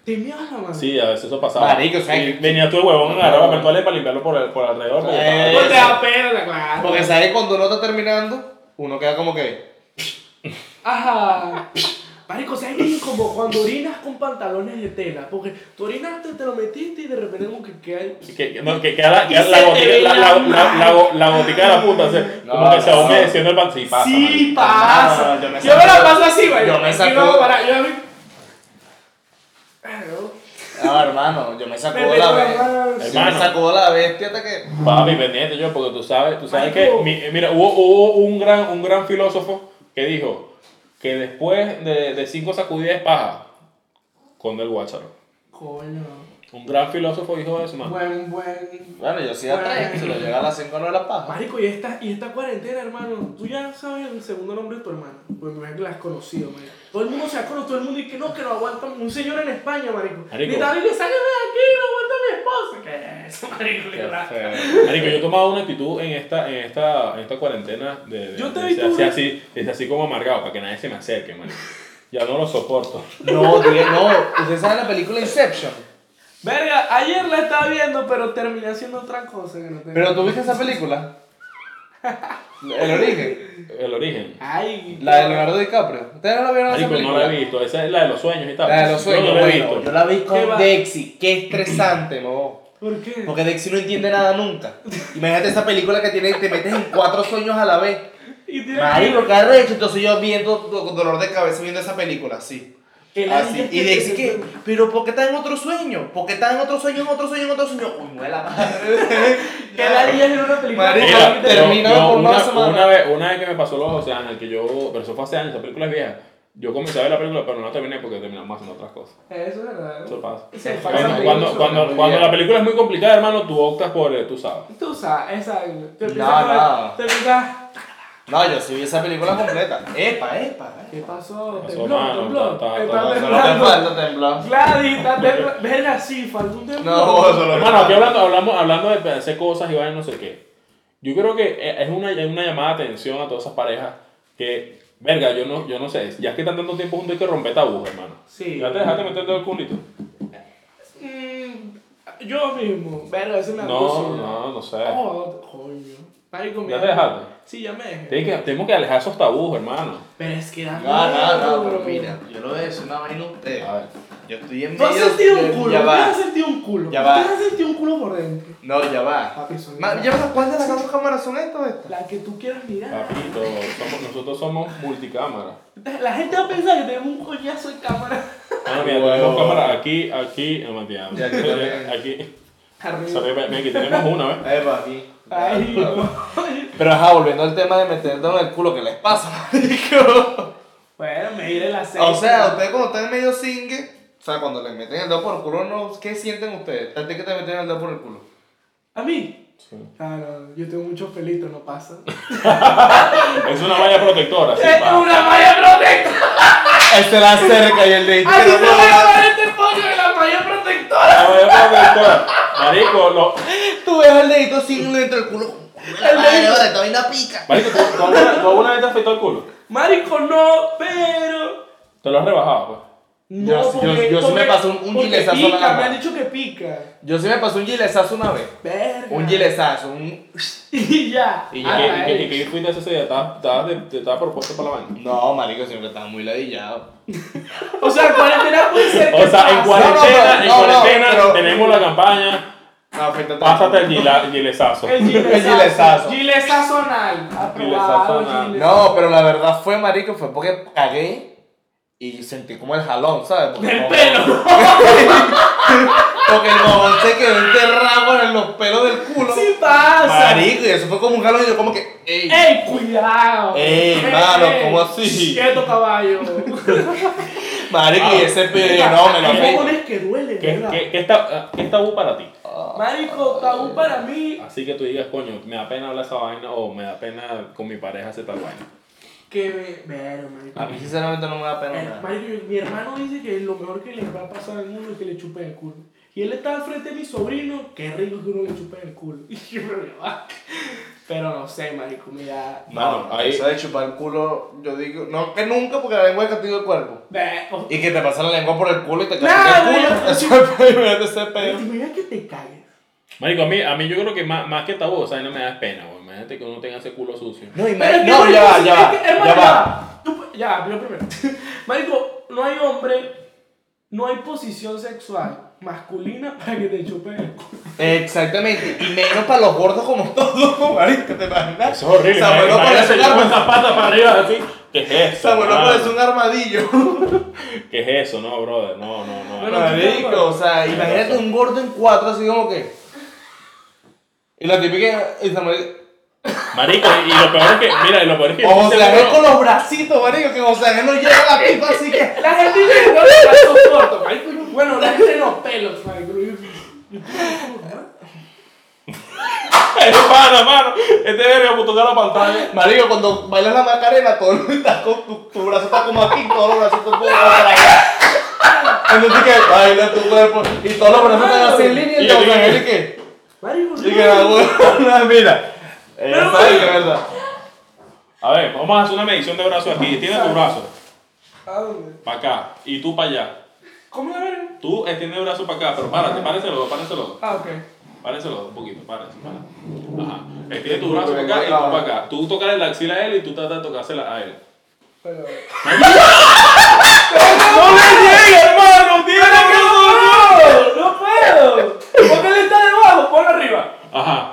[SPEAKER 2] Te miadas la mano.
[SPEAKER 1] Sí, a veces eso pasaba.
[SPEAKER 3] Marico, o sea,
[SPEAKER 1] Y
[SPEAKER 3] que-
[SPEAKER 1] venía tu huevón, agarraba papel toalla para limpiarlo por, el- por alrededor. porque
[SPEAKER 3] Eh.
[SPEAKER 1] estaba-
[SPEAKER 2] No te da pena, claro.
[SPEAKER 3] Porque sabes cuando uno está terminando, uno queda como que.
[SPEAKER 2] Ajá. Marico, ¿sabes bien como cuando orinas con pantalones de tela? Porque tú orinaste, te lo metiste y de repente como que queda ahí.
[SPEAKER 1] Que, que- no, que queda la, queda
[SPEAKER 2] Y
[SPEAKER 1] la
[SPEAKER 2] se te
[SPEAKER 1] gotica,
[SPEAKER 2] ve
[SPEAKER 1] la,
[SPEAKER 2] la
[SPEAKER 1] la, la, la go- la gotica de la puta, o sea,
[SPEAKER 3] No,
[SPEAKER 1] como que se va
[SPEAKER 3] no.
[SPEAKER 1] humedeciendo el pan. Sí, pasa.
[SPEAKER 2] sí,
[SPEAKER 1] marico.
[SPEAKER 2] pasa.
[SPEAKER 3] Ah, No,
[SPEAKER 2] yo,
[SPEAKER 3] yo
[SPEAKER 2] me
[SPEAKER 3] me
[SPEAKER 2] la
[SPEAKER 3] saco-
[SPEAKER 2] paso así, marico.
[SPEAKER 3] yo me
[SPEAKER 2] Y
[SPEAKER 3] saco-
[SPEAKER 2] luego para- yo me- Ah, no.
[SPEAKER 3] No, Ah, hermano, yo me sacó
[SPEAKER 2] Me
[SPEAKER 3] la
[SPEAKER 2] meto la
[SPEAKER 3] bestia.
[SPEAKER 2] mano.
[SPEAKER 3] Yo me
[SPEAKER 1] Hermano.
[SPEAKER 3] sacó la bestia hasta que.
[SPEAKER 1] Papi, pendiente yo, porque tú sabes, tú sabes que,
[SPEAKER 2] Marico.
[SPEAKER 1] mi- eh, mira, hubo, hubo un, gran, un gran filósofo que dijo que después de, de cinco sacudidas de paja, con el guacharo.
[SPEAKER 2] Coño.
[SPEAKER 1] Un gran filósofo dijo eso, man.
[SPEAKER 2] Buen, buen.
[SPEAKER 3] Bueno, yo sí atrás,
[SPEAKER 2] Bueno.
[SPEAKER 3] se lo llega a las 5 no de la paja.
[SPEAKER 2] Marico, y esta, y esta cuarentena, hermano. Tú ya sabes el segundo nombre de tu hermana. Pues me imagino que la has conocido, marico. Todo el mundo se ha conocido, todo el mundo y que no, que no aguantan. Un señor en España, marico.
[SPEAKER 1] Marico.
[SPEAKER 2] Ni tal y le sáquenme de aquí, no aguanta mi esposa. ¿Qué es eso, marico?
[SPEAKER 1] Qué
[SPEAKER 2] ¿verdad?
[SPEAKER 1] feo. Marico, yo he tomado una actitud en esta, en esta, en esta cuarentena de, de-
[SPEAKER 2] Yo te
[SPEAKER 1] de-
[SPEAKER 2] vi
[SPEAKER 1] de-
[SPEAKER 2] tú-
[SPEAKER 1] así,
[SPEAKER 3] ¿eh?
[SPEAKER 1] así, es así como amargado, para que nadie se me acerque, marico. Ya no lo soporto.
[SPEAKER 3] No, tío, no. Ustedes saben la película Inception.
[SPEAKER 2] Verga, ayer la estaba viendo, pero terminé haciendo otra cosa que no tenía.
[SPEAKER 3] Pero tú viste esa [laughs] película. El origen.
[SPEAKER 1] El origen.
[SPEAKER 2] Ay,
[SPEAKER 3] La de Leonardo DiCaprio. Ustedes no la vieron esa
[SPEAKER 1] Marico, no
[SPEAKER 3] película.
[SPEAKER 1] la he visto. Esa es la de los sueños y tal.
[SPEAKER 3] La de los sueños,
[SPEAKER 1] Yo no la he
[SPEAKER 3] bueno,
[SPEAKER 1] visto.
[SPEAKER 3] yo la vi
[SPEAKER 2] ¿Qué va?
[SPEAKER 3] con Dexy, qué estresante, no.
[SPEAKER 2] ¿Por qué?
[SPEAKER 3] Porque Dexy no entiende nada nunca. Imagínate esa película que tiene, te metes en cuatro sueños a la vez.
[SPEAKER 2] Y tiene
[SPEAKER 3] Marico, qué arrecho. Entonces yo viendo do- con dolor de cabeza viendo esa película, así.
[SPEAKER 2] El
[SPEAKER 3] Así.
[SPEAKER 2] antes
[SPEAKER 3] Y Dexy
[SPEAKER 2] te-
[SPEAKER 3] que, pero ¿por qué está en otro sueño? ¿Por qué está en otro sueño, en otro sueño, en otro sueño? Uy, no es
[SPEAKER 1] [laughs]
[SPEAKER 3] la madre.
[SPEAKER 2] Que la día en una película.
[SPEAKER 3] Marico,
[SPEAKER 2] que
[SPEAKER 1] Mira,
[SPEAKER 2] te-
[SPEAKER 1] yo-
[SPEAKER 3] terminó
[SPEAKER 1] yo
[SPEAKER 3] por
[SPEAKER 1] una,
[SPEAKER 3] una semana.
[SPEAKER 1] una vez, una vez que me pasó los océanos, que yo, pero eso fue hace años, esa película es vieja. Yo comencé a ver la película, pero no la terminé porque terminamos haciendo otras cosas.
[SPEAKER 2] Eso es verdad.
[SPEAKER 1] Eso pasa.
[SPEAKER 2] Se
[SPEAKER 1] Bueno,
[SPEAKER 2] pasa
[SPEAKER 1] cuando,
[SPEAKER 2] mucho,
[SPEAKER 1] cuando, cuando,
[SPEAKER 3] muy
[SPEAKER 1] la
[SPEAKER 3] bien.
[SPEAKER 1] película es muy complicada, hermano, tú optas por, eh, tú sabes.
[SPEAKER 2] Tú sabes, exacto. Te empiezas
[SPEAKER 3] No,
[SPEAKER 2] a-
[SPEAKER 3] no.
[SPEAKER 2] Te empiezas.
[SPEAKER 3] No, yo sí vi esa película completa. Epa, epa.
[SPEAKER 2] ¿Qué pasó?
[SPEAKER 1] Pasó,
[SPEAKER 2] Tembló,
[SPEAKER 1] mano,
[SPEAKER 2] tembló. Eh,
[SPEAKER 1] ta- ta-
[SPEAKER 2] Está
[SPEAKER 1] ta-
[SPEAKER 3] Solo
[SPEAKER 2] temblando.
[SPEAKER 3] temblando, temblando.
[SPEAKER 2] pues. Gladys, está temblando. Verga, sí, faltó un temblor.
[SPEAKER 3] No, solo
[SPEAKER 1] Hermano, aquí hablando, hablamos, hablando de hacer cosas y vaina, no sé qué. Yo creo que eh, es una, es una llamada de atención a todas esas parejas que, verga, yo no, yo no sé, ya que están tanto tiempo juntos hay que romper tabú, hermano.
[SPEAKER 2] Sí.
[SPEAKER 1] Ya te dejaste meter el dedo al culito.
[SPEAKER 2] Mm, Yo mismo. Verga, ese me
[SPEAKER 1] No, no, no sé.
[SPEAKER 2] Oh, coño. Marico,
[SPEAKER 1] Ya
[SPEAKER 2] mira.
[SPEAKER 1] te dejaste.
[SPEAKER 2] Sí, ya me dejé.
[SPEAKER 1] Tienes que, tenemos que alejar esos tabús, hermano.
[SPEAKER 2] Pero es que da
[SPEAKER 3] No, Ah, no, no,
[SPEAKER 2] miedo.
[SPEAKER 3] pero mira, Ah. yo lo voy a decir una vaina a ustedes.
[SPEAKER 1] A ver.
[SPEAKER 3] Yo estoy en
[SPEAKER 2] Tú has
[SPEAKER 3] medio-
[SPEAKER 2] sentido un
[SPEAKER 3] yo-
[SPEAKER 2] culo,
[SPEAKER 3] Ya
[SPEAKER 2] tú
[SPEAKER 3] va.
[SPEAKER 2] has sentido un culo.
[SPEAKER 3] Ya
[SPEAKER 2] tú
[SPEAKER 3] va.
[SPEAKER 2] has sentido un culo por dentro.
[SPEAKER 3] No, ya va.
[SPEAKER 2] Papi, son
[SPEAKER 3] Ma- ya va, ¿Cuál de las dos cámaras son estas? eh? estas?
[SPEAKER 2] La que tú quieras
[SPEAKER 3] Ah.
[SPEAKER 2] mirar.
[SPEAKER 1] Papito, somos- nosotros somos multicámara.
[SPEAKER 2] La gente va a pensar que tenemos un coñazo de cámara. [laughs]
[SPEAKER 1] Bueno, mira, tenemos
[SPEAKER 3] Huevo.
[SPEAKER 1] cámara aquí, aquí, no mentira.
[SPEAKER 3] Y aquí también.
[SPEAKER 1] [laughs] Aquí.
[SPEAKER 2] Arriba.
[SPEAKER 1] Sorry, ven, ven, aquí tenemos una, ¿ves?
[SPEAKER 3] Ahí va, aquí.
[SPEAKER 2] Ay,
[SPEAKER 3] [laughs]
[SPEAKER 2] no.
[SPEAKER 3] Eh, Pero ajá, volviendo al tema de meter el dedo en el culo, ¿qué les pasa, marico?
[SPEAKER 2] Bueno, me iré la serie.
[SPEAKER 3] O sea, ustedes cuando están medio singue, o sea, cuando les meten el dedo por el culo, no, ¿qué sienten ustedes? ¿A ti que te meten el dedo por el culo?
[SPEAKER 2] ¿A mí?
[SPEAKER 1] Sí.
[SPEAKER 2] Ah, no, yo tengo muchos pelitos, no pasa.
[SPEAKER 1] Es una valla
[SPEAKER 2] [laughs]
[SPEAKER 1] protectora. sí,
[SPEAKER 2] ¡Tengo
[SPEAKER 1] pa.
[SPEAKER 2] una malla protectora!
[SPEAKER 3] Este la cerca y el de
[SPEAKER 2] ¡Así se va a llamar este pollo de la malla protectora!
[SPEAKER 1] Una valla protectora. Marico, lo,
[SPEAKER 3] Tú ves el dedito sin dentro del culo. El dedito de toda una pica.
[SPEAKER 1] Marico, ¿tú, tú alguna, tú alguna vez te has afeitado el culo?
[SPEAKER 2] Marico, no, pero...
[SPEAKER 1] Te lo has rebajado, pues.
[SPEAKER 2] No,
[SPEAKER 3] Yo sí- yo-
[SPEAKER 2] porque-
[SPEAKER 3] yo sí me
[SPEAKER 2] porque-
[SPEAKER 3] pasé un- un
[SPEAKER 2] porque
[SPEAKER 3] gilesazo en la
[SPEAKER 2] pica, me
[SPEAKER 3] mano.
[SPEAKER 2] han dicho que pica.
[SPEAKER 3] Yo sí me pasé un gilesazo una vez.
[SPEAKER 2] Verga.
[SPEAKER 3] Un gilesazo, un.
[SPEAKER 2] [laughs] Y ya.
[SPEAKER 1] ¿Y,
[SPEAKER 2] Ah,
[SPEAKER 1] qué- y, qué-
[SPEAKER 2] ahí.
[SPEAKER 1] y qué fuiste ese día? ¿Estabas- estabas de- ¿Te estabas propuesto para la vaina?
[SPEAKER 3] No, marico, siempre estaba muy ladillado.
[SPEAKER 2] O sea, cuarentena puede ser que
[SPEAKER 1] O sea, en
[SPEAKER 2] pase.
[SPEAKER 1] cuarentena,
[SPEAKER 3] no,
[SPEAKER 1] en
[SPEAKER 3] no,
[SPEAKER 1] cuarentena
[SPEAKER 3] pero-
[SPEAKER 1] tenemos la campaña
[SPEAKER 3] No, afecta
[SPEAKER 1] Pásate el gila- gilesazo.
[SPEAKER 2] El gilesazo.
[SPEAKER 3] El gilesazo.
[SPEAKER 2] Gilesazo anal. Aprobado.
[SPEAKER 1] Gilesazo anal.
[SPEAKER 3] No, pero la verdad fue, marico, fue porque cagué y sentí como el jalón, ¿sabes? Porque
[SPEAKER 2] Del
[SPEAKER 3] como-
[SPEAKER 2] pelo.
[SPEAKER 3] Porque el mojón se quedó enterrado en los pelos del culo.
[SPEAKER 2] Sí pasa. Eh.
[SPEAKER 3] marico, y eso fue como un jalón y yo como que, ey.
[SPEAKER 2] ¡Ey, cuidado!
[SPEAKER 3] Ey, mano, ¿cómo así?
[SPEAKER 2] ¡Quieto, caballo!
[SPEAKER 3] Marico, y ese
[SPEAKER 2] Ah.
[SPEAKER 3] pelo, no, me lo
[SPEAKER 2] Hay
[SPEAKER 3] afeito.
[SPEAKER 2] cojones que duelen,
[SPEAKER 1] ¿Qué,
[SPEAKER 2] ¿verdad?
[SPEAKER 1] qué, qué, está, ¿Qué es tabú para ti?
[SPEAKER 2] Marico, tabú para mí
[SPEAKER 1] Así que tú digas, coño, me da pena hablar esa vaina o me da pena con mi pareja hacer tal vaina.
[SPEAKER 2] que me... Pero, marico.
[SPEAKER 3] A mí sinceramente no me da pena
[SPEAKER 2] Eh,
[SPEAKER 3] nada.
[SPEAKER 2] marico, mi hermano dice que lo mejor que le va a pasar al mundo es que le chupen el culo. [laughs] Y él está al frente de mi sobrino, qué rico que uno le chupe el culo. Y yo, pero ya va. Pero no sé, marico, mira.
[SPEAKER 1] Mano,
[SPEAKER 3] No,
[SPEAKER 1] ahí-
[SPEAKER 3] Eso de chupar el culo, yo digo, no que nunca, porque la lengua es castigo del cuerpo.
[SPEAKER 2] Ve, o-
[SPEAKER 3] Y que te pasa la lengua por el culo y te
[SPEAKER 2] No,
[SPEAKER 3] castiga el
[SPEAKER 2] no,
[SPEAKER 3] culo.
[SPEAKER 2] yo-
[SPEAKER 3] [laughs] Eso es peor, eso es
[SPEAKER 2] ¿Te
[SPEAKER 3] peor.
[SPEAKER 2] imaginas que te calles?
[SPEAKER 1] Marico, a mí, a mí yo creo que más, más que tabú, o sea, no me da pena, güey. Imagínate que uno tenga ese culo sucio.
[SPEAKER 3] No, y
[SPEAKER 2] Pero es que,
[SPEAKER 3] no,
[SPEAKER 2] marico,
[SPEAKER 3] ya va,
[SPEAKER 2] si-
[SPEAKER 3] ya
[SPEAKER 2] es
[SPEAKER 3] va,
[SPEAKER 2] que, hermano,
[SPEAKER 3] ya va.
[SPEAKER 2] Tú pu- ya, yo primero. [laughs] Marico, no hay hombre, no hay posición sexual masculina para que te chupe el culo.
[SPEAKER 3] Exactamente, y menos para los gordos como [laughs] todos, marico, ¿te imaginas?
[SPEAKER 1] Eso es horrible.
[SPEAKER 3] Samuel
[SPEAKER 1] marico. Imagínate Ah.
[SPEAKER 3] López es un
[SPEAKER 1] yo con
[SPEAKER 3] árbol.
[SPEAKER 1] esa pata para arriba, así. ¿Qué es eso?
[SPEAKER 3] Samuel
[SPEAKER 1] mano?
[SPEAKER 3] López es
[SPEAKER 1] [laughs]
[SPEAKER 3] un armadillo.
[SPEAKER 1] ¿Qué es eso? No, brother. No, no, no.
[SPEAKER 2] Bueno,
[SPEAKER 3] Marico, o sea, imagínate un gordo en cuatro, así como que. Y la típica. Y Samuel.
[SPEAKER 1] Marico, y y lo peor es que, mira, y lo peor es que. este yo
[SPEAKER 3] O
[SPEAKER 1] estoy
[SPEAKER 3] José Ángel
[SPEAKER 1] seguro-
[SPEAKER 3] con los bracitos, marico, que José Ángel no llega a la pipa, así que.
[SPEAKER 2] La gente dice que no le pasó corto, marico. yo- Bueno, la gente los pelos, marico. yo- yo-
[SPEAKER 1] [laughs] Mano, mano. Este verga puto la pantalla.
[SPEAKER 3] Marico, cuando bailas la macarena, todo el está con tu, tu brazo está como aquí, todos los brazos están como para acá. Entonces que baila tu cuerpo y todos los brazos están así en línea y
[SPEAKER 1] Y yo
[SPEAKER 3] José
[SPEAKER 1] digo-
[SPEAKER 3] Ángel y que.
[SPEAKER 2] Marico,
[SPEAKER 3] Y
[SPEAKER 2] no.
[SPEAKER 3] que la [laughs] huevona, mira. Ella sabe que es verdad.
[SPEAKER 1] A ver, vamos a hacer una medición de brazo aquí. Tiene tu brazo.
[SPEAKER 2] ¿A dónde?
[SPEAKER 1] Para acá. Y tú para allá.
[SPEAKER 2] ¿Cómo la verga?
[SPEAKER 1] Tú extiende el brazo para acá, pero párate, párese los dos, párese los dos.
[SPEAKER 2] Ah, ok.
[SPEAKER 1] Párese los dos un poquito, párese, párese. Ajá. Extiende tu brazo para acá y tú para acá. Tú tocas la axila a él y tú tratas de tocársela a él.
[SPEAKER 2] Pero.
[SPEAKER 1] ¡No le llegue, hermano!
[SPEAKER 2] ¡No! ¡No puedo! Porque él está debajo, ponlo arriba.
[SPEAKER 1] Ajá.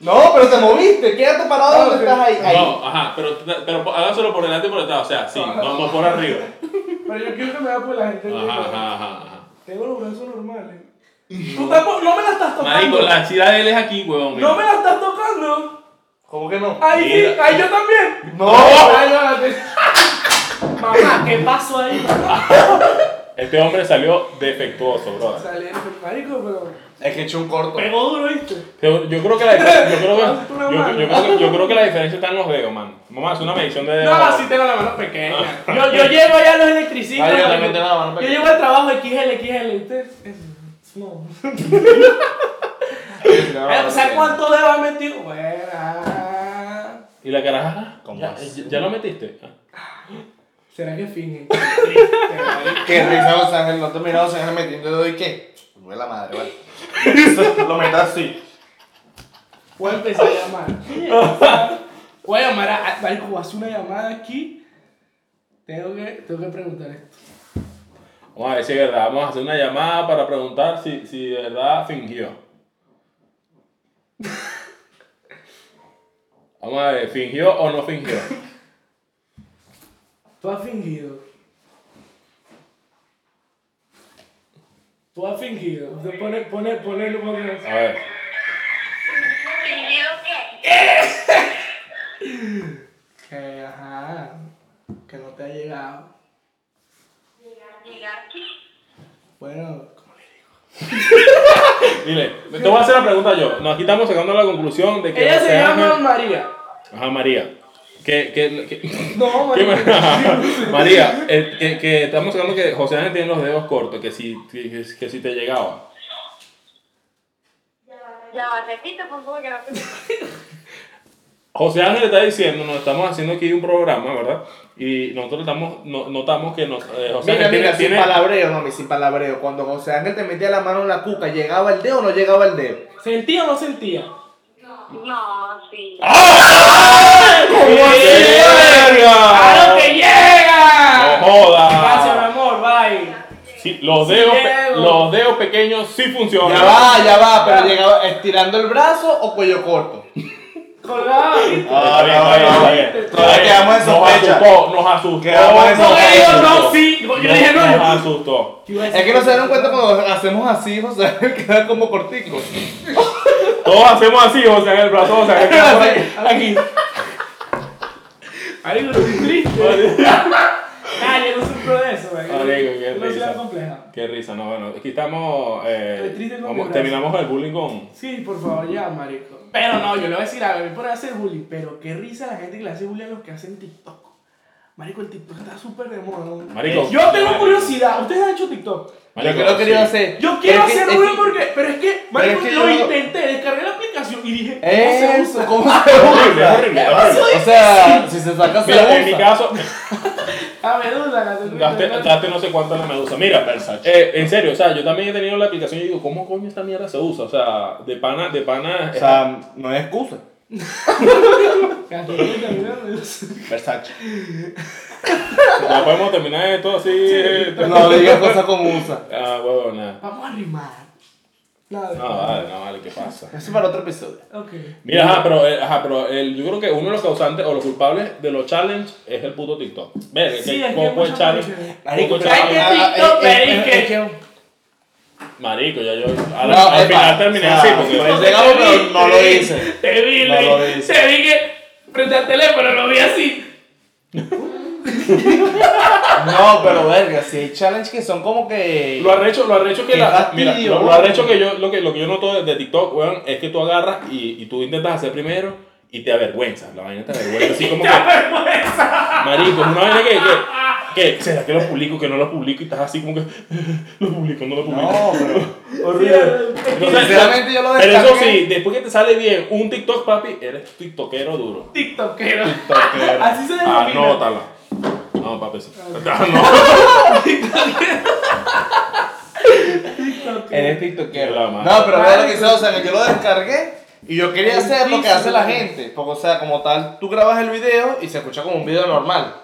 [SPEAKER 3] No, pero te moviste, quédate parado donde estás ahí. ahí.
[SPEAKER 1] No, ajá, pero, pero po- hágaselo por delante y por detrás, o sea, sí, no, no por arriba.
[SPEAKER 2] Pero yo quiero que me vea por la gente.
[SPEAKER 1] Ajá,
[SPEAKER 2] mira.
[SPEAKER 1] ajá, ajá. ajá.
[SPEAKER 2] Tengo los brazos normales. Tú tampoco, no me la estás tocando.
[SPEAKER 1] Marico, la axila de él es aquí, huevón. mira.
[SPEAKER 2] No me la estás tocando.
[SPEAKER 3] ¿Cómo que no?
[SPEAKER 2] Ahí sí,
[SPEAKER 1] Mira.
[SPEAKER 2] ahí yo también.
[SPEAKER 3] No,
[SPEAKER 2] Ay, yo la te- Mamá, ¿qué pasó ahí?
[SPEAKER 1] Este hombre salió defectuoso, brother.
[SPEAKER 2] Salí marico, pero.
[SPEAKER 3] es que he hecho un corto.
[SPEAKER 2] Pegó duro, ¿viste?
[SPEAKER 1] Yo, yo creo que
[SPEAKER 2] [laughs]
[SPEAKER 1] la diferencia, yo creo que,
[SPEAKER 2] Una
[SPEAKER 1] yo, yo- yo creo
[SPEAKER 2] mano.
[SPEAKER 1] que- yo creo que la diferencia está en los dedos, man. Vamos a hacer una medición de dedos.
[SPEAKER 2] No, sí tengo la mano pequeña. Yo, yo llego allá a los electricistas.
[SPEAKER 3] Ah, yo
[SPEAKER 2] marico.
[SPEAKER 3] también tengo la mano pequeña.
[SPEAKER 2] Yo llego al trabajo XL, XL. ¿Usted? es- No.
[SPEAKER 1] Ah,
[SPEAKER 2] Eh, ¿Sabes cuánto dedo han metido? Bueno.
[SPEAKER 1] Y la caraja, "Ah,
[SPEAKER 3] ¿Cómo
[SPEAKER 1] ¿ya,
[SPEAKER 3] así?
[SPEAKER 1] ya- ya lo metiste?
[SPEAKER 2] ¿Será que finge? Triste, marico.
[SPEAKER 3] Qué risa José Ángel, no te miras José Ángel metiendo el dedo y qué. Pues la madre, vale. Eso, [laughs] Lo metas así.
[SPEAKER 2] Voy a empezar a llamar. [laughs] Voy a llamar a. a- Marico, voy a hacer una llamada aquí. Tengo que, tengo que preguntar esto.
[SPEAKER 1] Vamos a ver si es verdad, vamos a hacer una llamada para preguntar si, si de verdad fingió. [laughs] Vamos a ver, ¿fingió o no fingió?
[SPEAKER 2] Tú has fingido. Tú has fingido. Usted pone, pone, pone el humo que
[SPEAKER 1] A ver.
[SPEAKER 2] Que, ajá. Que no te ha llegado. Bueno, ¿cómo le digo?
[SPEAKER 1] Dile, te voy a hacer la pregunta yo. Nos aquí estamos sacando la conclusión de que.
[SPEAKER 2] Ella se
[SPEAKER 1] José Ángel-
[SPEAKER 2] llama María.
[SPEAKER 1] Ajá, María. Que, que,
[SPEAKER 2] [laughs]
[SPEAKER 1] que-
[SPEAKER 2] No,
[SPEAKER 1] que-
[SPEAKER 2] María.
[SPEAKER 1] María, eh, que, que estamos hablando que José Ángel tiene los dedos cortos, que si, que, que- que si te llegaba.
[SPEAKER 4] Ya va, repito, por favor, que no te...
[SPEAKER 1] José Ángel le está diciendo, nos estamos haciendo aquí un programa, ¿verdad? Y nosotros estamos, no- notamos que nos, eh, José
[SPEAKER 3] Mira,
[SPEAKER 1] Ángel
[SPEAKER 3] mira, sin
[SPEAKER 1] tiene, tiene-
[SPEAKER 3] palabreo, no, mi sin palabreo. Cuando José Ángel te metía la mano en la cuca, ¿llegaba el dedo o no llegaba el dedo?
[SPEAKER 2] ¿Sentía o no sentía?
[SPEAKER 4] No, sí.
[SPEAKER 3] ¿Cómo
[SPEAKER 2] ¡Claro que
[SPEAKER 1] ¡No
[SPEAKER 2] llega! Gracias, mi
[SPEAKER 1] joda!
[SPEAKER 2] amor, bye.
[SPEAKER 1] Sí, los, dedos, pe-
[SPEAKER 2] Ciego.
[SPEAKER 1] los dedos pequeños sí funcionan.
[SPEAKER 3] Ya va, ya va, pero llegaba estirando el brazo o cuello corto.
[SPEAKER 2] Colgado.
[SPEAKER 1] Está bien,
[SPEAKER 3] Ah,
[SPEAKER 1] está bien,
[SPEAKER 3] no,
[SPEAKER 1] está
[SPEAKER 3] no.
[SPEAKER 1] bien. Está
[SPEAKER 3] Todavía
[SPEAKER 1] bien.
[SPEAKER 3] quedamos en
[SPEAKER 1] Nos
[SPEAKER 3] sospecha.
[SPEAKER 1] asustó, nos asustó.
[SPEAKER 3] Quedamos en
[SPEAKER 2] No,
[SPEAKER 3] sospecha.
[SPEAKER 2] que yo no,
[SPEAKER 1] Nos
[SPEAKER 2] sí. Yo dije no.
[SPEAKER 1] Nos asustó.
[SPEAKER 3] Es que no se dieron cuenta cuando hacemos así, José Ángel queda como cortico.
[SPEAKER 1] Todos hacemos así, o sea, en el brazo, o sea, que
[SPEAKER 2] [laughs]
[SPEAKER 1] queda por ahí.
[SPEAKER 3] Aquí.
[SPEAKER 2] Ahí lo estoy [laughs] triste. Nah, yo no sufro de eso, marico.
[SPEAKER 1] Marico, qué
[SPEAKER 2] No soy
[SPEAKER 1] risa.
[SPEAKER 2] la compleja.
[SPEAKER 1] Qué risa, no, bueno, aquí estamos, eh,
[SPEAKER 2] Estoy triste con
[SPEAKER 1] vamos-
[SPEAKER 2] mi brazo.
[SPEAKER 1] terminamos el bullying con...
[SPEAKER 2] Sí, por favor, ya, marico. Pero no, yo le voy a decir algo, me ponen a hacer bullying, pero qué risa la gente que le hace bullying a los que hacen TikTok. Marico, el TikTok está súper de moda. ¿no?
[SPEAKER 1] Marico.
[SPEAKER 2] Yo tengo curiosidad. ¿Ustedes han hecho TikTok?
[SPEAKER 3] Yo
[SPEAKER 1] Marico,
[SPEAKER 3] creo que lo
[SPEAKER 1] sí.
[SPEAKER 3] iba a hacer.
[SPEAKER 2] Yo quiero
[SPEAKER 3] Pero es que-
[SPEAKER 2] hacer
[SPEAKER 3] es
[SPEAKER 2] uno
[SPEAKER 3] que-
[SPEAKER 2] porque. Pero es que, Marico,
[SPEAKER 3] es que
[SPEAKER 2] lo
[SPEAKER 3] yo-
[SPEAKER 2] intenté, descargué la aplicación y dije. ¿Cómo se
[SPEAKER 3] Eso,
[SPEAKER 2] usa?
[SPEAKER 3] ¿cómo se
[SPEAKER 1] Es
[SPEAKER 3] usa?
[SPEAKER 1] horrible, es horrible. es horrible.
[SPEAKER 3] O sea, si se saca, se
[SPEAKER 1] Mira, en mi
[SPEAKER 3] usa.
[SPEAKER 1] caso,
[SPEAKER 2] A ver, duda, la-
[SPEAKER 1] Gaste, gaste no sé cuánto en la medusa. Mira, eh, en serio, o sea, yo también he tenido la aplicación y digo, ¿cómo coño esta mierda se usa? O sea, de pana, de pana.
[SPEAKER 3] O sea, no es excusa. Versace.
[SPEAKER 1] ya podemos terminar esto así. eh,
[SPEAKER 3] No digas cosas como usa.
[SPEAKER 1] Ah, huevo, nada.
[SPEAKER 2] Vamos a rimar. Nada.
[SPEAKER 1] No, vale, no, vale, ¿qué pasa?
[SPEAKER 3] Eso es para otro episodio.
[SPEAKER 2] Ok.
[SPEAKER 1] Mira, ajá, pero, eh, ajá, pero el, yo creo que uno de los causantes o los culpables de los challenges es el puto TikTok. Ver,
[SPEAKER 2] Sí,
[SPEAKER 1] que
[SPEAKER 2] es que
[SPEAKER 1] poco
[SPEAKER 2] muchas
[SPEAKER 1] el challenge.
[SPEAKER 2] veces.
[SPEAKER 1] Marico,
[SPEAKER 3] Marico, pero-
[SPEAKER 2] Ay, qué
[SPEAKER 3] Ah, ah,
[SPEAKER 2] TikTok,
[SPEAKER 3] eh, eh,
[SPEAKER 2] marico.
[SPEAKER 3] eh, que-
[SPEAKER 1] Marico, ya yo. Al,
[SPEAKER 3] No,
[SPEAKER 1] al
[SPEAKER 3] epa,
[SPEAKER 1] final terminé
[SPEAKER 3] o sea,
[SPEAKER 1] así porque.
[SPEAKER 3] pues, Llegamos, pero no lo hice.
[SPEAKER 2] Te vi,
[SPEAKER 3] No
[SPEAKER 2] Luis.
[SPEAKER 3] lo hice.
[SPEAKER 2] Te vi que frente al teléfono lo vi así.
[SPEAKER 3] No, pero verga, si hay challenge que son como que.
[SPEAKER 1] Lo arrecho, lo arrecho que
[SPEAKER 3] Qué
[SPEAKER 1] la,
[SPEAKER 3] fastidio,
[SPEAKER 1] mira, lo,
[SPEAKER 3] weón.
[SPEAKER 1] lo arrecho que yo, lo que, lo que yo noto de, de TikTok, weón, es que tú agarras y, y tú intentas hacer primero y te avergüenzas, la vaina te avergüenza, así como que, marico, es una vaina que, que, que, ¿será que lo publico, que no lo publico? Y estás así como que, [laughs] lo publico, no lo
[SPEAKER 3] No,
[SPEAKER 1] publico.
[SPEAKER 3] pero.
[SPEAKER 1] [laughs] Entonces,
[SPEAKER 3] Sinceramente, yo lo
[SPEAKER 1] Pero eso
[SPEAKER 3] descargué.
[SPEAKER 1] sí, después que te sale bien un TikTok, papi, eres tiktokero duro.
[SPEAKER 2] TikTokero.
[SPEAKER 3] TikTokero.
[SPEAKER 2] Así se denomina.
[SPEAKER 1] Anótala. No, papi, eso. [laughs] No,
[SPEAKER 3] Eres
[SPEAKER 1] La
[SPEAKER 3] tiktokero.
[SPEAKER 1] madre.
[SPEAKER 3] No, pero vea lo que hice, o sea, que yo lo descargué y yo quería hacer lo que hace la gente. Porque, o sea, como tal, tú grabas el video y se escucha como un video normal.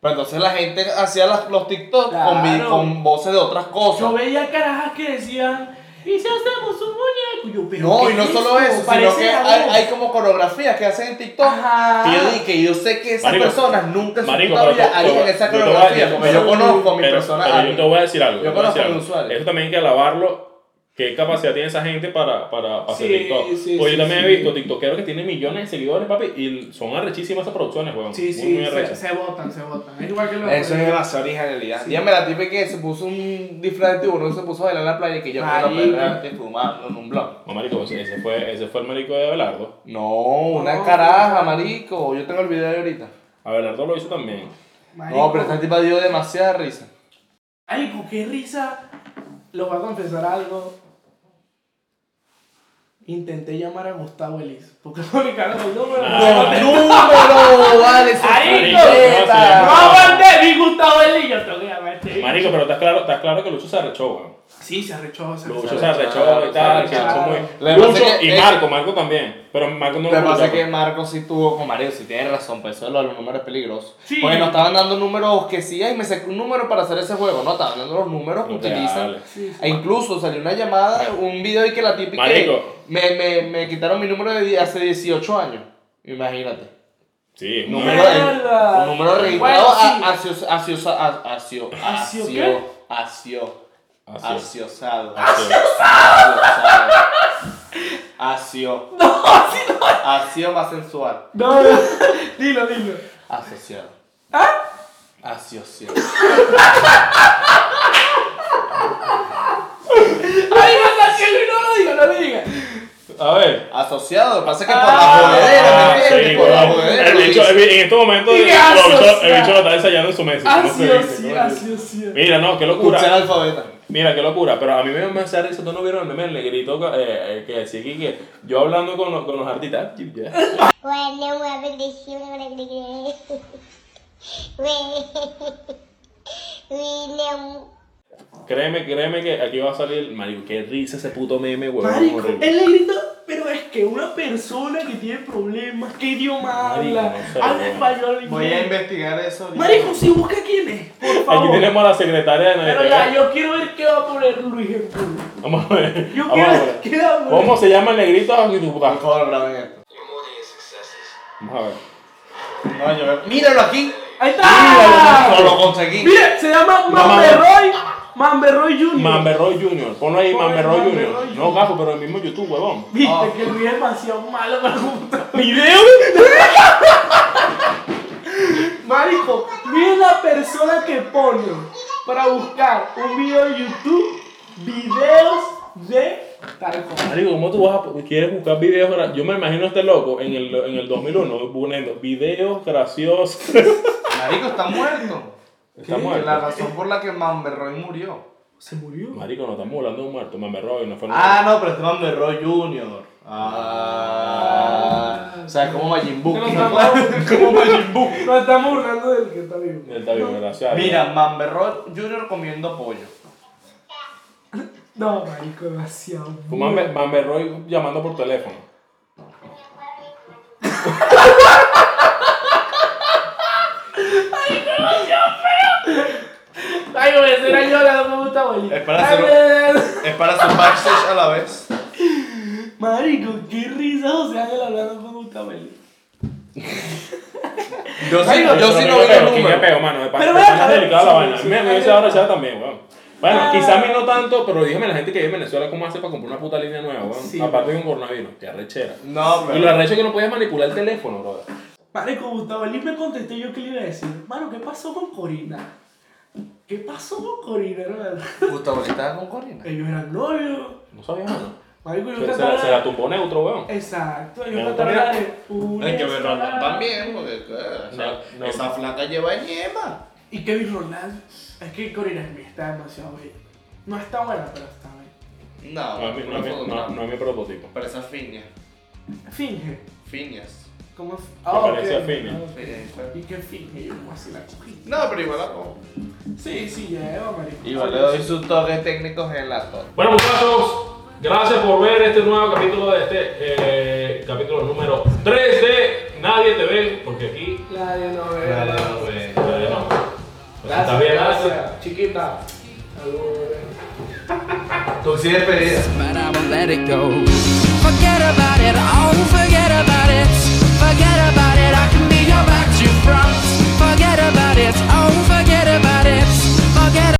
[SPEAKER 3] Pero entonces la gente hacía las- los TikTok con, vi-
[SPEAKER 2] Claro.
[SPEAKER 3] con voces de otras cosas.
[SPEAKER 2] Yo veía carajas que decían, y si hacemos un muñeco. Y yo, pero
[SPEAKER 3] No,
[SPEAKER 2] ¿qué
[SPEAKER 3] y no
[SPEAKER 2] es
[SPEAKER 3] solo eso, sino
[SPEAKER 2] Parece
[SPEAKER 3] que
[SPEAKER 2] la
[SPEAKER 3] hay,
[SPEAKER 2] voz.
[SPEAKER 3] hay como coreografías que hacen en TikTok.
[SPEAKER 2] Ajá.
[SPEAKER 3] Que yo, di- que yo sé que esas
[SPEAKER 1] Marico,
[SPEAKER 3] personas nunca en su
[SPEAKER 1] marico,
[SPEAKER 3] puta
[SPEAKER 1] pero
[SPEAKER 3] vida
[SPEAKER 1] tú-
[SPEAKER 3] harían
[SPEAKER 1] tú-
[SPEAKER 3] esa
[SPEAKER 1] yo te voy a-
[SPEAKER 3] coreografía.
[SPEAKER 1] yo-
[SPEAKER 3] Porque yo conozco a mi
[SPEAKER 1] Pero-
[SPEAKER 3] persona.
[SPEAKER 1] pero yo
[SPEAKER 3] alguien.
[SPEAKER 1] te voy a decir algo.
[SPEAKER 3] Yo
[SPEAKER 1] te voy a
[SPEAKER 3] conozco
[SPEAKER 1] decir
[SPEAKER 3] a mi
[SPEAKER 1] algo.
[SPEAKER 3] usuario.
[SPEAKER 1] Eso también hay que alabarlo. ¿Qué capacidad tiene esa gente para, para hacer
[SPEAKER 2] Sí,
[SPEAKER 1] TikTok?
[SPEAKER 2] sí,
[SPEAKER 1] pues
[SPEAKER 2] sí,
[SPEAKER 1] yo también
[SPEAKER 2] sí.
[SPEAKER 1] he visto TikTokeros que tienen millones de seguidores, papi, y son arrechísimas esas producciones, weón.
[SPEAKER 2] Sí, sí,
[SPEAKER 1] muy, muy
[SPEAKER 2] se,
[SPEAKER 1] arrechas.
[SPEAKER 2] se botan, se botan. Es igual que los.
[SPEAKER 3] Eso es demasiado originalidad. Dígame la tipa que se puso un disfraz de tiburón, se puso a bailar en la playa y que yo quiero
[SPEAKER 2] Marico.
[SPEAKER 3] perrarte fumando en un blog.
[SPEAKER 1] No, marico, ese ese fue, ese fue el marico de Abelardo.
[SPEAKER 3] No, una
[SPEAKER 2] No.
[SPEAKER 3] caraja, marico. Yo tengo el video de ahorita.
[SPEAKER 1] Abelardo lo hizo también.
[SPEAKER 3] No, pero esta tipa dio demasiada risa.
[SPEAKER 2] Marico, qué risa. Lo voy a confesar algo. Intenté llamar a Gustavo Elis. Porque [laughs] no me cagaron el número.
[SPEAKER 1] Nah.
[SPEAKER 2] No,
[SPEAKER 3] ¡Número! ¡Vale, se
[SPEAKER 2] Ahí,
[SPEAKER 1] no,
[SPEAKER 2] no aguanté mi Gustavo Elis. Yo tengo que llamar a este.
[SPEAKER 1] Marico, pero estás claro, estás claro que Lucho se arrechó, weón.
[SPEAKER 2] Sí, se arrechó. Se
[SPEAKER 1] Lucho
[SPEAKER 2] arrechó.
[SPEAKER 1] se arrechó
[SPEAKER 3] arrecharon,
[SPEAKER 1] y tal.
[SPEAKER 3] se
[SPEAKER 1] que son muy-
[SPEAKER 3] Le pasa
[SPEAKER 1] Lucho
[SPEAKER 3] que-
[SPEAKER 1] y Marco, Marco también. Pero Marco no pues.
[SPEAKER 3] Lo que pasa es
[SPEAKER 1] publicaba.
[SPEAKER 3] que Marco sí tuvo con Mario, sí tiene razón, pues eso de los números es peligroso.
[SPEAKER 2] Sí.
[SPEAKER 3] Porque nos estaban dando números que sí, ay, me sacó un número para hacer ese juego, no, estaban dando los números que
[SPEAKER 1] No te
[SPEAKER 3] utilizan.
[SPEAKER 1] vale.
[SPEAKER 2] Sí, sí.
[SPEAKER 3] E incluso salió una llamada, un video y que la típica
[SPEAKER 1] Marico.
[SPEAKER 3] me, me, me quitaron mi número de die- hace 18 años. Imagínate.
[SPEAKER 1] Sí,
[SPEAKER 3] Un
[SPEAKER 1] una-
[SPEAKER 3] número, de-
[SPEAKER 2] Mierda.
[SPEAKER 3] un número
[SPEAKER 2] Bueno,
[SPEAKER 3] registrado
[SPEAKER 2] sí.
[SPEAKER 3] a- asio- asio- a- asio-
[SPEAKER 2] ¿Asio
[SPEAKER 3] asio-
[SPEAKER 2] qué?
[SPEAKER 3] asio-
[SPEAKER 1] Asio.
[SPEAKER 3] asiosado.
[SPEAKER 1] Asio.
[SPEAKER 3] Asiosado. Asio. Asio más sensual.
[SPEAKER 2] No, no. dilo, dilo.
[SPEAKER 3] Asociado. ¿Ah? Asociado.
[SPEAKER 2] Ay, manda cielo y Ah, no lo diga, no lo diga.
[SPEAKER 1] A ver.
[SPEAKER 3] Asociado, pasa que por
[SPEAKER 2] Ah,
[SPEAKER 3] la jodedera,
[SPEAKER 1] Ah,
[SPEAKER 3] ¿me
[SPEAKER 1] sí,
[SPEAKER 3] entiendes? por la
[SPEAKER 1] weón.
[SPEAKER 3] jodedera.
[SPEAKER 1] El
[SPEAKER 3] lo
[SPEAKER 1] bicho,
[SPEAKER 3] dice.
[SPEAKER 1] el- en este momento,
[SPEAKER 2] Y
[SPEAKER 1] el
[SPEAKER 2] que
[SPEAKER 1] bicho, el
[SPEAKER 2] asocia.
[SPEAKER 1] bicho lo está ensayando en su mes. ¿no?
[SPEAKER 2] Así,
[SPEAKER 1] Se dice,
[SPEAKER 2] así,
[SPEAKER 1] ¿no?
[SPEAKER 2] así, así.
[SPEAKER 1] Mira, no, qué
[SPEAKER 3] Cuchara
[SPEAKER 1] locura.
[SPEAKER 3] alfabeta.
[SPEAKER 1] Mira, qué locura. Pero a mí me me hace risa. ¿Tú no vieron el meme? El negrito eh, eh, que decía que- que yo hablando con los, con los artistas. chip, ya.
[SPEAKER 5] Bueno, una bendición, una alegría. Vine un
[SPEAKER 1] Créeme, créeme que aquí va a salir. Marico, qué risa ese puto meme, huevón.
[SPEAKER 2] Marico,
[SPEAKER 1] horrible.
[SPEAKER 2] él le grita, pero es que una persona que tiene problemas, ¿qué idioma
[SPEAKER 1] Marico,
[SPEAKER 2] habla?
[SPEAKER 1] no sé,
[SPEAKER 2] habla
[SPEAKER 1] weón.
[SPEAKER 2] español
[SPEAKER 3] Voy a
[SPEAKER 2] inglés.
[SPEAKER 3] investigar eso. ahorita.
[SPEAKER 2] Marico, si busca quién es, por favor.
[SPEAKER 1] Aquí tenemos a la secretaria de
[SPEAKER 2] Pero
[SPEAKER 1] NTV.
[SPEAKER 2] ya, yo quiero ver qué va a poner Luis en Google.
[SPEAKER 1] Vamos a ver.
[SPEAKER 2] Yo
[SPEAKER 1] vamos a
[SPEAKER 2] quiero
[SPEAKER 1] ver.
[SPEAKER 2] ver qué va a poner.
[SPEAKER 1] ¿Cómo se llama el negrito?
[SPEAKER 3] Por
[SPEAKER 1] Vamos
[SPEAKER 3] favor, graben esto.
[SPEAKER 1] a ver.
[SPEAKER 3] No, yo veo- Míralo aquí.
[SPEAKER 2] Ahí
[SPEAKER 3] No
[SPEAKER 2] está.
[SPEAKER 3] lo conseguí.
[SPEAKER 2] Mira, se llama Mamberroy. Mamberroy Jr.
[SPEAKER 1] Mamberroy Jr. Ponlo ahí,
[SPEAKER 2] Ponlo ahí,
[SPEAKER 1] Mamberroy
[SPEAKER 2] Mamberroy
[SPEAKER 1] Jr.
[SPEAKER 2] Jr.
[SPEAKER 1] No, gafo, pero el mismo YouTube, huevón.
[SPEAKER 2] Viste
[SPEAKER 3] Ah.
[SPEAKER 2] que Luis es demasiado malo para computador.
[SPEAKER 1] ¡Video!
[SPEAKER 2] Marico, Luis es la persona que pone para buscar un video de YouTube videos de tal cosa.
[SPEAKER 1] Marico, ¿cómo tú vas a, quieres buscar videos? gra- Yo me imagino a este loco en el, en el 2001 poniendo videos graciosos.
[SPEAKER 3] Marico está muerto.
[SPEAKER 6] [laughs] Está
[SPEAKER 3] Que
[SPEAKER 6] muerto.
[SPEAKER 3] La razón por la que Mamberroy murió.
[SPEAKER 2] Se murió.
[SPEAKER 6] Marico, no estamos hablando de un muerto, Mame Robin, no fue
[SPEAKER 3] Ah, no, pero este es Mamberroy Jr. Ah. O sea, es como Majin Buu. [laughs]
[SPEAKER 2] Pero estamos-
[SPEAKER 3] como Majin Buu.
[SPEAKER 2] Nos estamos burlando del que está vivo.
[SPEAKER 6] Él está bien, gracias.
[SPEAKER 3] Mira, Mamberroy Jr. comiendo pollo.
[SPEAKER 2] No, marico, demasiado.
[SPEAKER 6] Fue Mame, Mame Roy llamando por teléfono.
[SPEAKER 2] Ay, güey, será yo la no me gusta bolita.
[SPEAKER 3] Es para
[SPEAKER 2] Ay, güey. [laughs]
[SPEAKER 3] Es para hacer backstage a la vez.
[SPEAKER 2] Marico, qué risa José Ángel hablando con Gustavo Eli.
[SPEAKER 3] Yo sí,
[SPEAKER 2] Marico,
[SPEAKER 3] yo sí no
[SPEAKER 6] veo
[SPEAKER 3] vi el
[SPEAKER 6] ¿Quién
[SPEAKER 3] número.
[SPEAKER 6] pego, mano? Es pa-
[SPEAKER 2] Pero
[SPEAKER 6] es
[SPEAKER 2] vea,
[SPEAKER 6] tan delicada la
[SPEAKER 2] sí,
[SPEAKER 6] vaina.
[SPEAKER 2] sí,
[SPEAKER 6] Me
[SPEAKER 2] sí,
[SPEAKER 6] me
[SPEAKER 2] sí.
[SPEAKER 6] hubiese abrazado también, weón. Bueno,
[SPEAKER 2] Ah.
[SPEAKER 6] quizá a mí no tanto, pero dígame la gente que vive en Venezuela cómo hace para comprar una puta línea nueva, weón.
[SPEAKER 2] Sí,
[SPEAKER 6] Aparte de un coronavirus, que arrechera.
[SPEAKER 3] No,
[SPEAKER 6] Y lo
[SPEAKER 3] pero.
[SPEAKER 6] arrecho es que no podías manipular el teléfono, brother.
[SPEAKER 2] Marico, Gustavo Eli me contestó yo que le iba a decir, hermano, ¿qué pasó con Corina? ¿Qué pasó con Corina, hermano?
[SPEAKER 3] Gustavo, ¿qué estaba con Corina?
[SPEAKER 2] Ellos eran novios.
[SPEAKER 6] No sabías, mano.
[SPEAKER 2] Marico, yo
[SPEAKER 6] Se, se la, se la
[SPEAKER 2] trataba.
[SPEAKER 6] tumbó neutro, weón.
[SPEAKER 2] Exacto,
[SPEAKER 6] Me
[SPEAKER 2] yo
[SPEAKER 6] gusta
[SPEAKER 2] trataba
[SPEAKER 6] mirar.
[SPEAKER 2] de. una
[SPEAKER 3] Hay que ver
[SPEAKER 2] sola-
[SPEAKER 3] Roland también, porque eh, o sea,
[SPEAKER 6] No, no.
[SPEAKER 3] esa flaca lleva yema.
[SPEAKER 2] Y Kevin Roland. Es que Corina Smith está demasiado bella. No está buena, pero está bella.
[SPEAKER 3] No,
[SPEAKER 6] No es mi, no es mi-
[SPEAKER 3] no,
[SPEAKER 6] no- no es mi prototipo.
[SPEAKER 3] Pero esa finia.
[SPEAKER 2] Finge.
[SPEAKER 3] Finias.
[SPEAKER 2] ¿Cómo es?
[SPEAKER 6] parecía
[SPEAKER 2] ok.
[SPEAKER 6] finge.
[SPEAKER 2] Ah, ok.
[SPEAKER 3] Finias.
[SPEAKER 2] ¿Y qué finge? Yo como así la cogí.
[SPEAKER 3] No, pero igual la como.
[SPEAKER 2] Sí, sí, lleva, marico.
[SPEAKER 3] Igual le doy sus toques técnicos en la torre.
[SPEAKER 1] Bueno, muchachos, gracias por ver este nuevo capítulo de este eh, capítulo número 3 de Nadie te ve, porque aquí eh,
[SPEAKER 2] La de novela.
[SPEAKER 1] nadie nos ve. Nadie nos ve. Pues,
[SPEAKER 2] Gracias,
[SPEAKER 1] Está bien, gracias.
[SPEAKER 2] gracias. Chiquita. Saludos.
[SPEAKER 7] Tú sí despedida.
[SPEAKER 4] But I won't let it go.